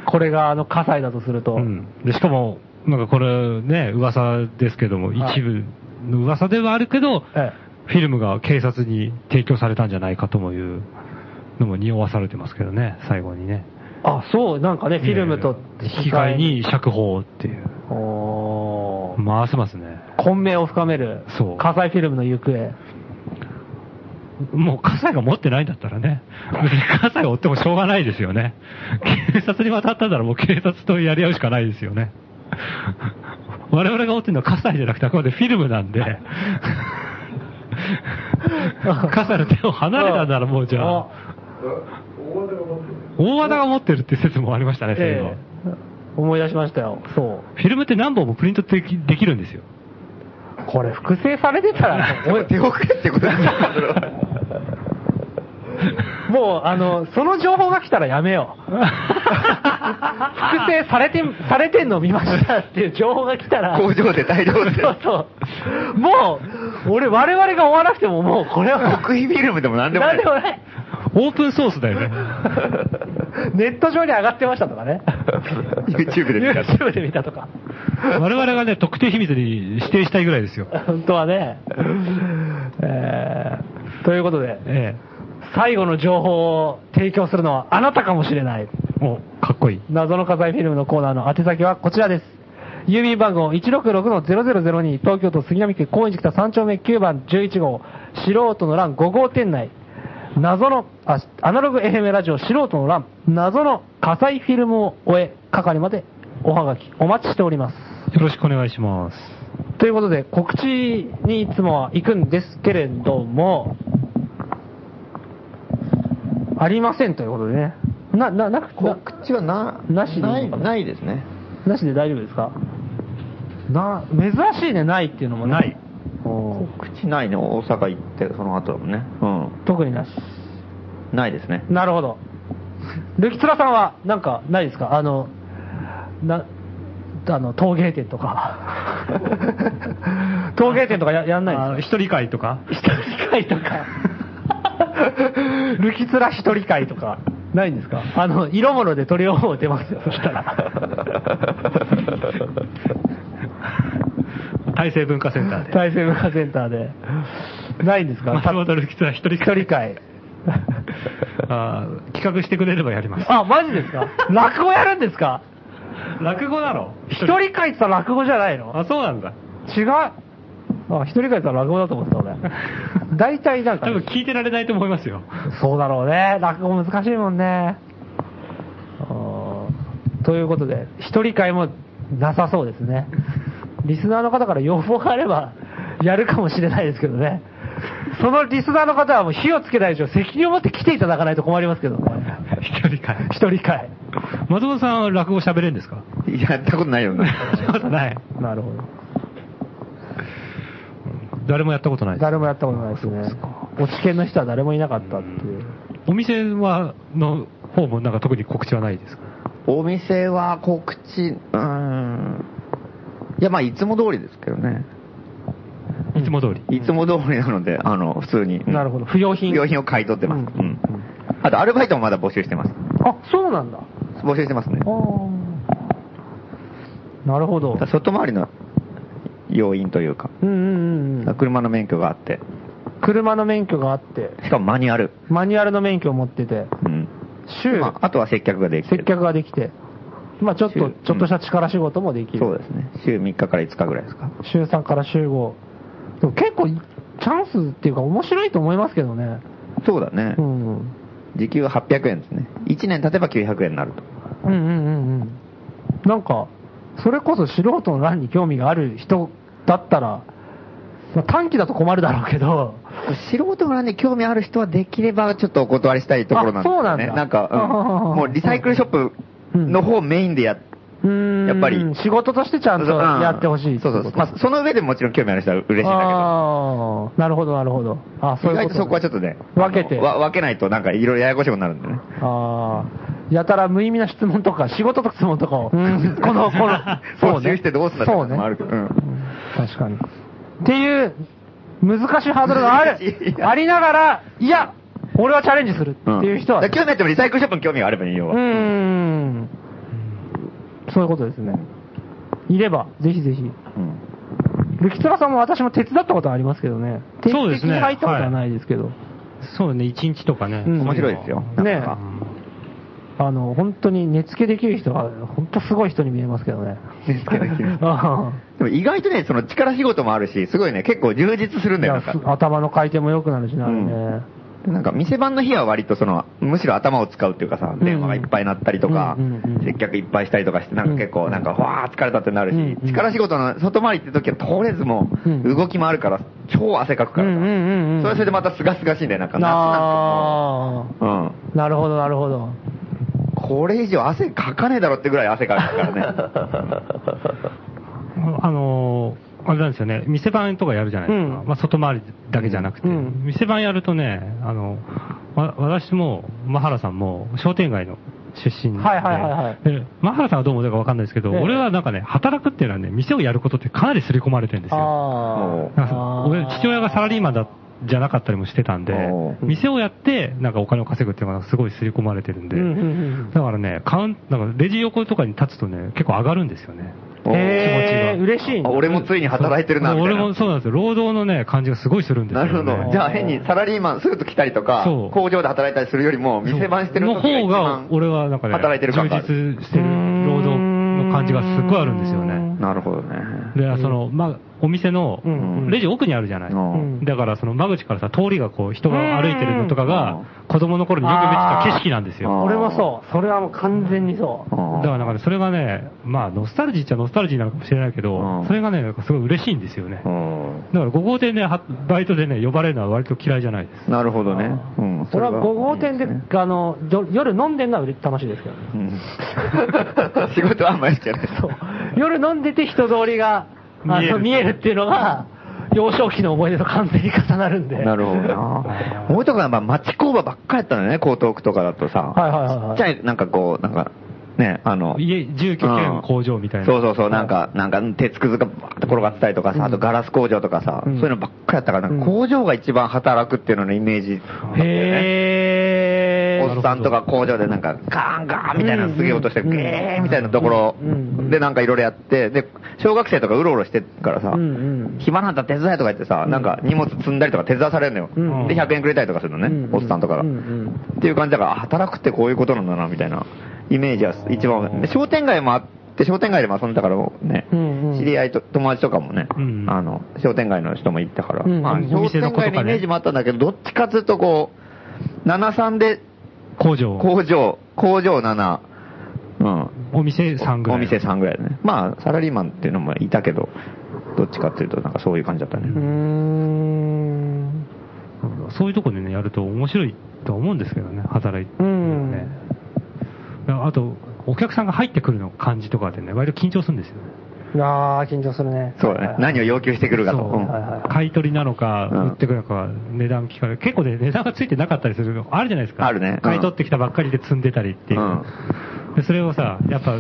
これがあの、火災だとするえと。うん。で、しかも、なんかこれね、噂ですけども、はい一部の噂ではあるけど、えフィルムが警察に提供されたんじゃないかともいうのも匂わされてますけどね、最後にね。えあ、そう、なんかね、フィルムとええ引き換え。に釈放っていう。おー回せますね。混迷を深める。そう火災フィルムの行方。もう、葛西が持ってないんだったらね、別に葛西を追ってもしょうがないですよね。警察に渡ったならもう警察とやり合うしかないですよね。我々が追ってるのは葛西じゃなくてあくまでフィルムなんで、葛西の手を離れたならもうじゃあ、大和田が持ってるって説もありましたね、そういえばええ思い出しましたよ。そう。フィルムって何本もプリントできできるんですよ。これ複製されてた [laughs] ら、おい、手遅れってことですかそれはもう、あの、その情報が来たらやめよう。複製されて、されてんの見ましたっていう情報が来たら、工場で大量で。[laughs] そうそう。もう、俺、我々が追わなくてももうこれは、極秘フィルムでも何でもななんいで。もない。オープンソースだよね。 [laughs] ネット上に上がってましたとかね。 YouTube で見 [laughs] た YouTube で見たとか。我々がね、特定秘密に指定したいぐらいですよ。本当はね。えー、ということで、え最後の情報を提供するのはあなたかもしれない。え。お、かっこいい。謎の火災フィルムのコーナーの宛先はこちらです。郵便番号166-0002東京都杉並区高円寺北3丁目9番11号素人の欄5号店内謎のあアナログ FM ラジオ素人の欄謎の火災フィルムを終え係までおはがきお待ちしております。よろしくお願いします。ということで、告知にいつもは行くんですけれども、ありませんということでね。な、な、なく、な告知はな、なしでいいない、のかなないですね。なしで大丈夫ですかな、珍しいね、ないっていうのもねない。おー告知ないね、大阪行って、その後だもんね。特になし。うん。ないですね。なるほど。ルキツラさんは、なんか、ないですかあの、な、あの、陶芸店と [laughs] か。陶芸店とかややんないあんですか一人会とか一人会と [laughs] か。ルキツラ一人会とか。ないんですかあの、色物で鳥をも出 [laughs] ますよ、そしたら。大成文化センター [laughs] で。大成文化センターで。ないんですか松本るきつは一人一人 [laughs] 会。会。 [laughs] あー企画してくれればやります。あ、マジですか落語やるんですか [laughs] 落語なの一人会ってさ落語じゃないのあ、そうなんだ。違う。あ、一人会さん落語だと思ってた、 [laughs] 俺。大体なんか多、分聞いてられないと思いますよ。そうだろうね。落語難しいもんね。うんということで、一人会もなさそうですね。リスナーの方から要望があれば、やるかもしれないですけどね。そのリスナーの方はもう火をつけない以上、責任を持って来ていただかないと困りますけどね。 [laughs] 一人会。一人会。松本さんは落語喋れんです [laughs] かやったことないよね。やったことない。なるほど。誰もやったことないです。誰もやったことないですね。お知見の人は誰もいなかったっていう。お店は、の方もなんか特に告知はないですかお店は告知、うーん。いや、まあ、いつも通りですけどね。いつも通り。いつも通りなので、あの、普通に。なるほど。不用品。用品を買い取ってます。ううんん。あと、アルバイトもまだ募集してます。あ、そうなんだ。募集してますね。なるほど。外回りの要因というか、うんうんうんうん。車の免許があって、車の免許があって、しかもマニュアル。マニュアルの免許を持ってて、うん。週、まあ、あとは接客ができて接る。客ができて、まあちょっと、週ちょっとした力仕事もできる。そうですね。週3日から5日ぐらいですか。週3から週5。でも結構、チャンスっていうか面白いと思いますけどね。そうだね。うん。うん時給は800円ですね。1年経てば900円になると。うんうんうん。なんか、それこそ素人の欄に興味がある人だったら、まあ短期だと困るだろうけど、素人がね、興味ある人はできればちょっとお断りしたいところなんですよね。あそうなんだなんか、あうん、もうリサイクルショップの方をメインでやっうーんやっぱり仕事としてちゃんとやってほしいってそこうそと。うそう。まあ、その上でもちろん興味ある人は嬉しいんだあーなるほど、なるほど。あ、けそうど。意いう外こととそこはちょっとね。分けてあのわ分けないとなんかいろいろややこしいことになるんでね。あーやたら無意味な質問とか、仕事とか質問とか [laughs] を、この、この、そうね。してどうすんだってそうこねと。もあるけど。うん確かに。っていう、難しいハードルがあるい、やありながら、いや、俺はチャレンジするうんっていう人は、だから興味あってもリサイクルショップに興味があればいいよ。うーん。そういうことですね。いれば、ぜひぜひ。うんルキツラさんも私も手伝ったことはありますけどね。そうで定期すね的に入ったことはないですけど。そうね、一日とかねうん面白いですよ。ねなんかあの、本当に根付けできる人は、本当すごい人に見えますけどね。根付けできる [laughs] あでも意外とね、その力仕事もあるし、すごいね、結構充実するあんだよ、なんいやすか。頭の回転も良くなるしな、あれね。なんか店番の日は割とその、むしろ頭を使うっていうかさ、電話がいっぱい鳴ったりとかうんうんうん、接客いっぱいしたりとかして、なんか結構なんか、わー疲れたってなるうんうんし、力仕事の外回りって時はとりあえずもうんう、動きもあるから、超汗かくからさ。うんうんうんうんそれはそれでまたすがすがしいんだよ、なんか夏なんかあもう。うん。あ、なるほど、なるほど。これ以上汗かかねえだろってぐらい汗かくから [laughs] ね。あのーあれなんですよね、店番とかやるじゃないですか。うんまあ、外回りだけじゃなくて、うん店番やるとね、あの、わ私も、マハラさんも、商店街の出身で、はいはいはいはいでマハラさんはどう思うかわかんないですけど、ええ俺はなんかね、働くっていうのはね、店をやることってかなり刷り込まれてるんですよ。あーなんかあ。俺、父親がサラリーマンだじゃなかったりもしてたんでお、ー店をやって、なんかお金を稼ぐっていうのがすごい刷り込まれてるんで、うんうんだからね、カウン、なんかレジ横とかに立つとね、結構上がるんですよね。うん。気へ持ちえ、が嬉しいんあだ。俺もついに働いてるな、みたい俺な。もそうなんですよ。労働のね、感じがすごいするんですなよ、ね。るほど。じゃあ変にサラリーマンすぐと来たりとかそう、工場で働いたりするよりも、店番してるの時が方一が番、俺はなんかね、働いてる感がある充実してる労働の感じがすごいあるんですよね。なるほどね。で、その、まあ、お店のうんレジ奥にあるじゃない。んだからその間口からさ、通りがこう人が歩いてるのとかうがん、子供の頃によく見てた景色なんですあーよ。俺もそう。それはもう完全にそう。だからなんかね、それがね、まあノスタルジーっちゃノスタルジーなのかもしれないけうどん、それがね、なんかすごい嬉しいんですよね。うんだから5号店では、バイトでね、呼ばれるのは割と嫌いじゃないです。なるほどね。うん俺は5号店で、いいすねあの、よ夜飲んでんのはうれ楽しいですけどね。うん [laughs] 仕事はあんまりじゃない。そう。夜飲んでて人通りが、あの見見ええるるっていうのが、幼少期の思い出と完全に重なるんで。 [laughs] なるほどな。もうとか、まあ、町工場ばっかりやったのね、江東区とかだとさ。はいはいはいはいちっちゃい、なんかこう、なんか、ね、あの、家、住居うん兼工場みたいな。そうそうそう、なんか、なんか、鉄くずがバーッと転がってたりとかさ、あとガラス工場とかさ、そうんういうのばっかりやったから、なんうんか工場が一番働くっていうののイメージ。へおっさんとか工場でなんか、ガーンガーンみたいなすげえ音して、うんうんゲーンみたいなところうんうんでなんかいろいろやって、で、小学生とかうろうろしてるからさうんうん、暇なんだ手伝いとか言ってさ、なんか荷物積んだりとか手伝わされるのうんよ。で、100円くれたりとかするのね、おっさんとかが。うっていう感じだから、あ働くってこういうことなんだな、みたいなイメージは一番。で商店街もあって、商店街でも遊んだからね、うんうん知り合いと友達とかもね、うんあの、商店街の人も行ったから、うんまあお商店店の子とかね街のイメージもあったんだけど、どっちかっていうとこう、73で工場。工場、工場7、うん。お店3ぐらい。お店3ぐらいだね。まあ、サラリーマンっていうのもいたけど、どっちかっていうとなんかそういう感じだったね。うーん。そういうとこでね、やると面白いとは思うんですけどね、働いてるのね。だからあと、お客さんが入ってくるの感じとかでね、割と緊張するんですよね。あー、緊張するね。そうだね。何を要求してくるかと。そううんはいはい買い取りなのか、うん売ってくるのか、値段聞かれる。結構ね、値段がついてなかったりするのあるじゃないですか。あるねうん買い取ってきたばっかりで積んでたりっていう。うんでそれをさ、やっぱ、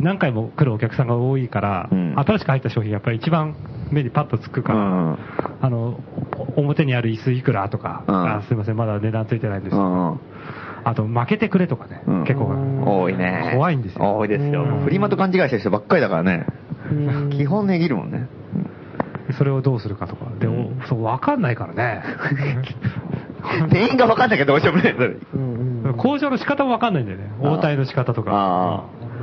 何回も来るお客さんが多いから、うん新しく入った商品やっぱり一番目にパッとつくから、うんあの、お表にある椅子いくらとか、うんあすいません、まだ値段ついてないんです、うんうんあと、負けてくれとかね、うん結構、うん多いね。怖いんですよ多いですようん。フリマと勘違いしてる人ばっかりだからね。うん基本値切るもんね。それをどうするかとか、でも、うんそう、わかんないから [laughs] ね。店員が分かんなきゃどうしようもない。それ [laughs] うんうん交渉の仕方もわかんないんだよね。あー応対の仕方とかあ。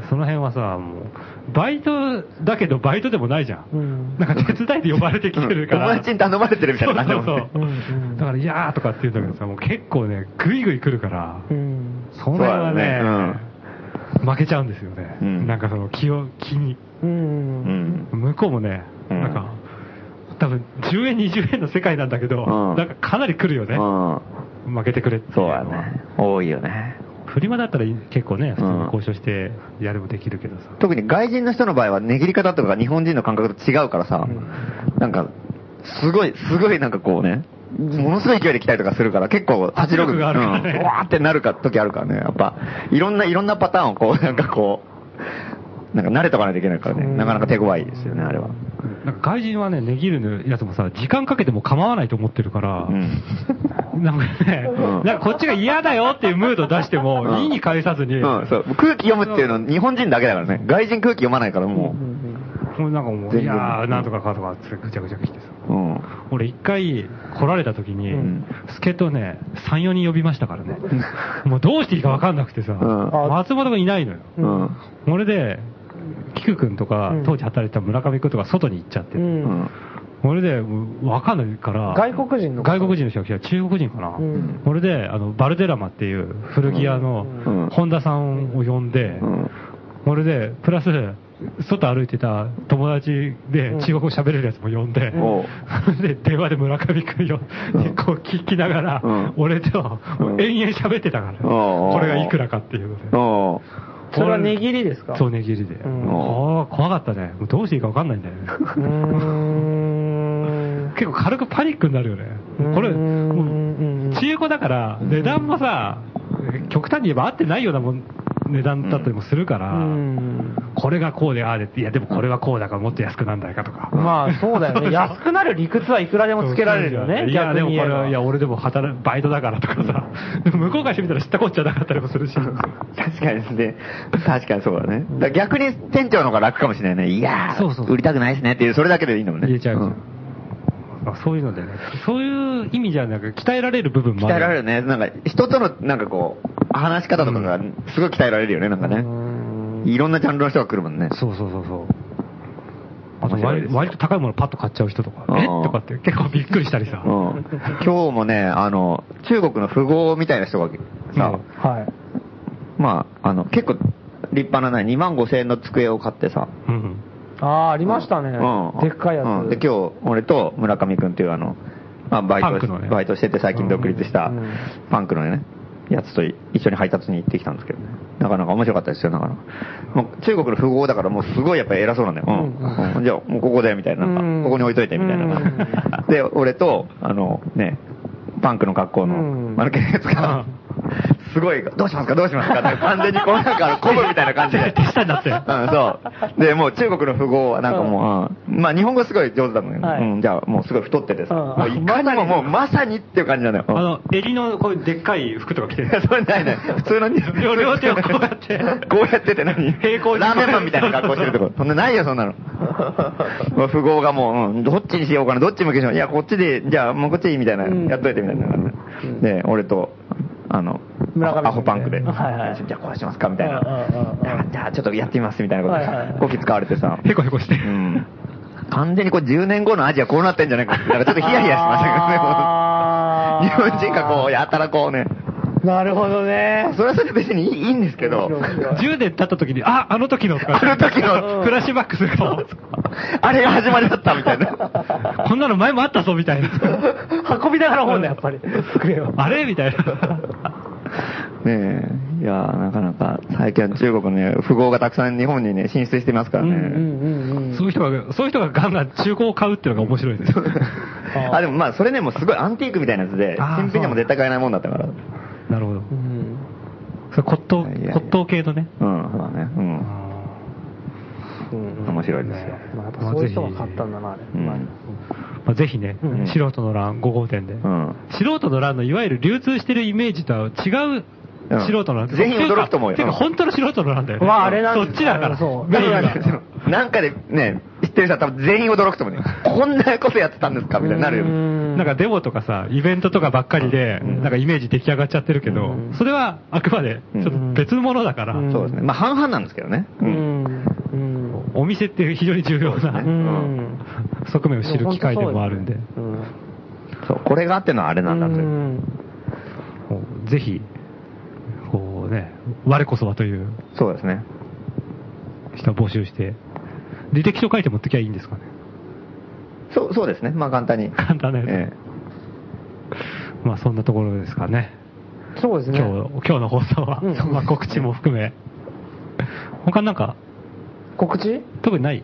その辺はさ、もう、バイトだけどバイトでもないじゃうん。んなんか手伝いで呼ばれてきてるから。友達に頼まれてるみたいな感じだもんね。そうそううそうんうんだから、いやーとかって言うんだけどさ、もう結構ね、ぐいぐい来るから、うんその辺はねそうだね、負けちゃうんですよね。うんなんかその気を、気に。ううんん。向こうもね、うんなんか、多分10円、20円の世界なんだけど、うんなんかかなり来るようね。ん。負けてくれっていそうのうはだね。多いよね。フリマだったら結構ね、普通に交渉してやれもできるけどさ。特に外人の人の場合は、値切り方とかが日本人の感覚と違うからさ、なんか、すごい、すごいなんかこうね、ものすごい勢いで来たりとかするから、結構圧力があるからねうん、うわーってなるか時あるからね、やっぱ、いろんな、いろんなパターンをこう、 [laughs] なんかこう、なんか慣れとかないといけないからね、なかなか手強いですよね、あれは。なんか外人はね、値切るやつもさ、時間かけても構わないと思ってるから、うん。なんかね、うんなんかこっちが嫌だよっていうムード出しても、うんいいに返さずに、うん、そう。空気読むっていうのは日本人だけだからね。外人空気読まないからももうなんかもう、全然いやー、なんとかかとかってぐちゃぐちゃ来てさ。う。うん。俺一回来られた時にん、助っ人ね、3、4人呼びましたからね。もうどうしていいかわかんなくてさ、ん松本がいないのよ。うん。それで、菊くんとかうん、当時働いてた村上くんとか外に行っちゃってて、うんうん。それで、もうわかんないから、外国人の外国人の人が来た中国人かな、うんそれであのバルデラマっていう古着屋うんうのん本田さんを呼んで、うんそれでプラス外歩いてた友達でうん中国語喋れるやつも呼んで、おうそれ [laughs] で電話で村上君をうんこう聞きながら、うん俺とうん延々喋ってたから、おうこれがいくらかっていうので、おそれは値切りですかそうね。値切りで、うんああ怖かったねもうどうしていいか分かんないんだよねうーん。結構軽くパニックになるよねうん。これ、うんうんもう中古だから、値段もさ、極端に言えば合ってないようなもん値段だったりもするかうら、ん。これがこうでああでって、いやでもこれはこうだからもっと安くなんないかとか。まあそうだよ [laughs] ね。安くなる理屈はいくらでもつけられるよね。いや、でもこれは、いや、逆に言えば俺でも働く、バイトだからとかさ、 [laughs] でも向こうからしてみたら知ったこっちゃなかったりもするし。確かにですね。確かにそうだね。だから逆に店長の方が楽かもしれないね。いやー、そうそう売りたくないですねっていう、それだけでいいんだもんね。言えちゃうじゃんんまあそういうのでね、そういう意味じゃなく、鍛えられる部分も鍛ある。えられるね。なんか、人との、なんかこう、話し方とかが、すごい鍛えられるよね、なんかね。いろんなジャンルの人が来るもんね。そうそうそうそう。あ面白いで割すよ割と高いものパッと買っちゃう人とかう、んえとかって結構びっくりしたりさう。ん今日もね、あの、中国の富豪みたいな人がさ、はい。まあ、あの、結構立派なね、2万5千円の机を買ってさ、うん。ああ、ありましたね。うんでっかいやつ。うんで、今日、俺と村上くんっていうあの、まあ、バイパントクのねバイトしてて最近独立したうんうんパンクのね、やつとい一緒に配達に行ってきたんですけどね。なかなか面白かったですよ、なかなか。もう中国の富豪だからもうすごいやっぱり偉そうなんだよ。うん。うんじゃあ、もうここで、みたいな。なうんんかここに置いといて、みたいな。で、俺と、あの、ね、パンクの格好うの、んマルケンやつが、すごい、どうしますか、どうしますかって完全にこう、なんか、コブみたいな感じで。 [laughs] 手下になって。うん、そう。で、もう中国の富豪はなんかもう、うんまあ日本語すごい上手だもんね。はいうん、じゃあもうすごい太っててさ、うんもういかにももうまさにっていう感じなのよ。あの、襟のこういうでっかい服とか着てい [laughs] や、る。それないね。普通のに両両手をこうやってこうやってて何平行にラーメンマンみたいな格好してるとこ。そんなないよ、そんな [laughs] の。もう富豪がもう、うんどっちにしようかな、どっち向けしよう。いや、こっちで、じゃあもうこっちでいいみたいな、うんやっといてみたいな。で、俺と、あの、村上君でアホパンクで、はいはいじゃあこうしますか、みたいな。うんうんうんうんじゃあちょっとやってみます、みたいなことで。はいはいこき使われてさ。へこへこして。うん。完全にこう10年後のアジアこうなってんじゃないかって。なんかちょっとヒヤヒヤしましたあーけど [laughs] ね。日本人がこう、やたらこうね。なるほどね。それはそれで別にいいいいんですけど、面白い10年経った時に、あ、あの時のとか。あの時のフラッシュバックすると。あれが始まりだったみたい [laughs] な。こんなの前もあったぞ、みたいな。運びながらもんね、やっぱり。机を。あれみたいな。ねえ、いやーなかなか最近は中国ね、富豪がたくさん日本にね、進出してますからね。うんうんそういう人が、そういう人がガンガン中古を買うっていうのが面白いです。あ [laughs] ーあ、でもまあそれね、もうすごいアンティークみたいなやつで、あー新品でも絶対買えないもんだったから。なるほど。うんうん。それ骨いやいやいや董、骨董系のね。うん、そうだね。うん。うん面白いですよまあ、やっぱそういう人が買ったんだな、あれ。うんまあまあ、ぜひね、うん素人の欄5号店で、うん。素人の欄のいわゆる流通してるイメージとは違ううん素人の欄、全員驚くと思うよてか、うん本当の素人の欄だよね。まああれなんだそっちだから、そうメインだがからねなんかでね、知ってる人は多分全員驚くと思うね。こんなことやってたんですかみたいになるよ。うんなんかデモとかさ、イベントとかばっかりで、うんなんかイメージ出来上がっちゃってるけうど、んそれはあくまでちょっと別のものだから、うんそうですね。まあ半々なんですけどね。う。ん。うん。お店っていう非常に重要な、そうですうねん。側面を知る機会でもあるんで、うん。そう、これがあってのはあれなんだというう。んこうぜひ、こうね、我こそはというそうですね。人を募集して、履歴書書いて持ってきゃいいんですかね。そう、そうですね。まあ簡単に。簡単なやつ。えまあそんなところですかね。そうです今ね。日、今日の放送は、うん [laughs] まあ告知も含め。他なんか、告知特にない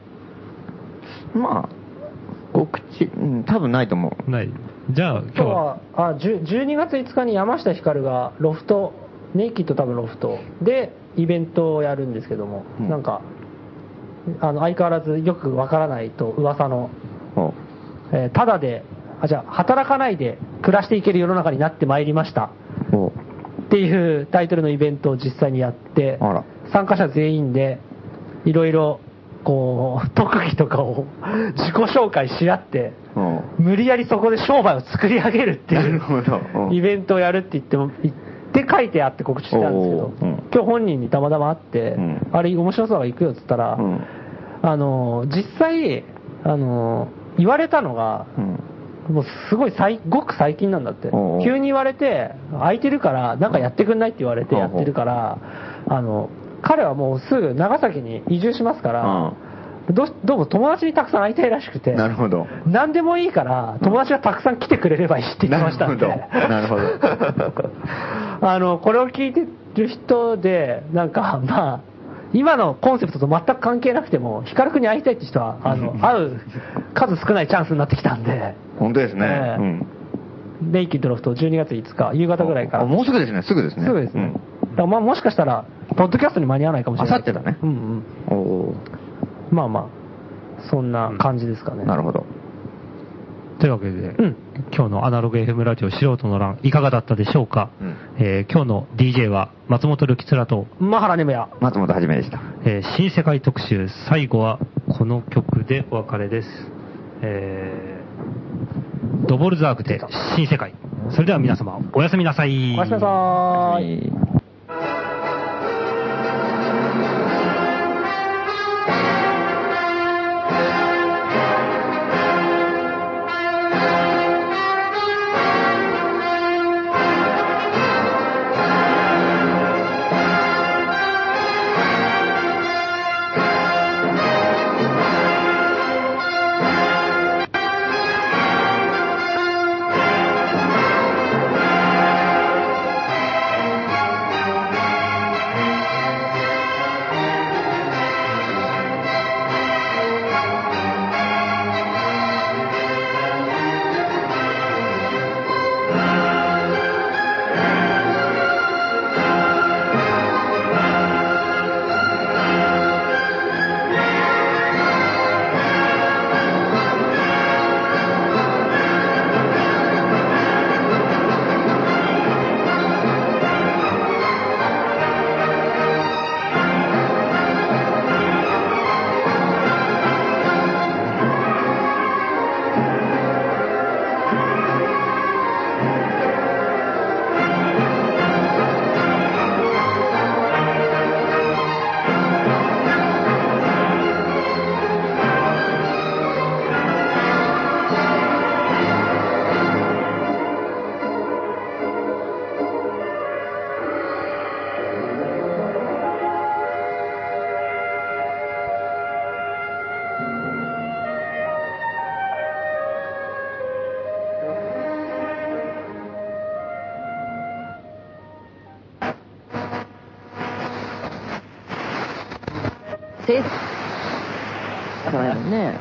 えまあ、告知、うん、多分ないと思う。ない。じゃあ今今日日は、は、あ、じゅ12月5日に山下ひかるがロフト、ネイキッド多分ロフトでイベントをやるんですけども、うんなんか、あの、相変わらずよくわからないと噂の、ほえーただで、あ、じゃあ、働かないで暮らしていける世の中になってまいりました。う。ほっていうタイトルのイベントを実際にやってあら、参加者全員で、いろいろ、こう、 [laughs] 特技とかを自己紹介し合って、う。ほ無理やりそこで商売を作り上げるっう。てないるほう、ど。うんイベントをやるって言っても、言って書いてあって告知したんですけおどーうん、今日本人にたまたま会ってうん、あれ面白そうだから行くよって言ったらう、ん。あの、実際、あの、言われたのが、うん。もうすごい最、ごく最近なんだっておうおう。急に言われて、空いてるから、なんかやってくんないって言われてうんやってるから、あの、彼はもうすぐ長崎に移住しますから、どうどうも友達にたくさん会いたいらしくて、なるほど。何でもいいから、友達がたくさん来てくれればいいって言ってましたんで。なるほど。なるほど。 [laughs] あの、これを聞いてる人で、なんか、まあ、今のコンセプトと全く関係なくても、ヒカル君に会いたいって人は、あ [laughs] の、会う数少ないチャンスになってきたんで、本当ですね。ええうん。ネイキッドロフト12月5日、夕方ぐらいかあら。もうすぐですね、すぐですね。すぐですね。だからまあもしかしたら、ポッドキャストに間に合わないかもしれない。あさってだねうんうん。うん。おーまあまあ、そんな感じですかね。なるほど。というわけで、うん今日のアナログ FM ラジオ素人の欄いかがだったでしょうか、うんえー今日の DJ は松本るきつらと、マハラネムヤ。松本はじめでした。えー新世界特集、最後はこの曲でお別れです。えードボルザークで新世界。それでは皆様、おやすみなさい。おやすみなさーい。い。 「です。だからね、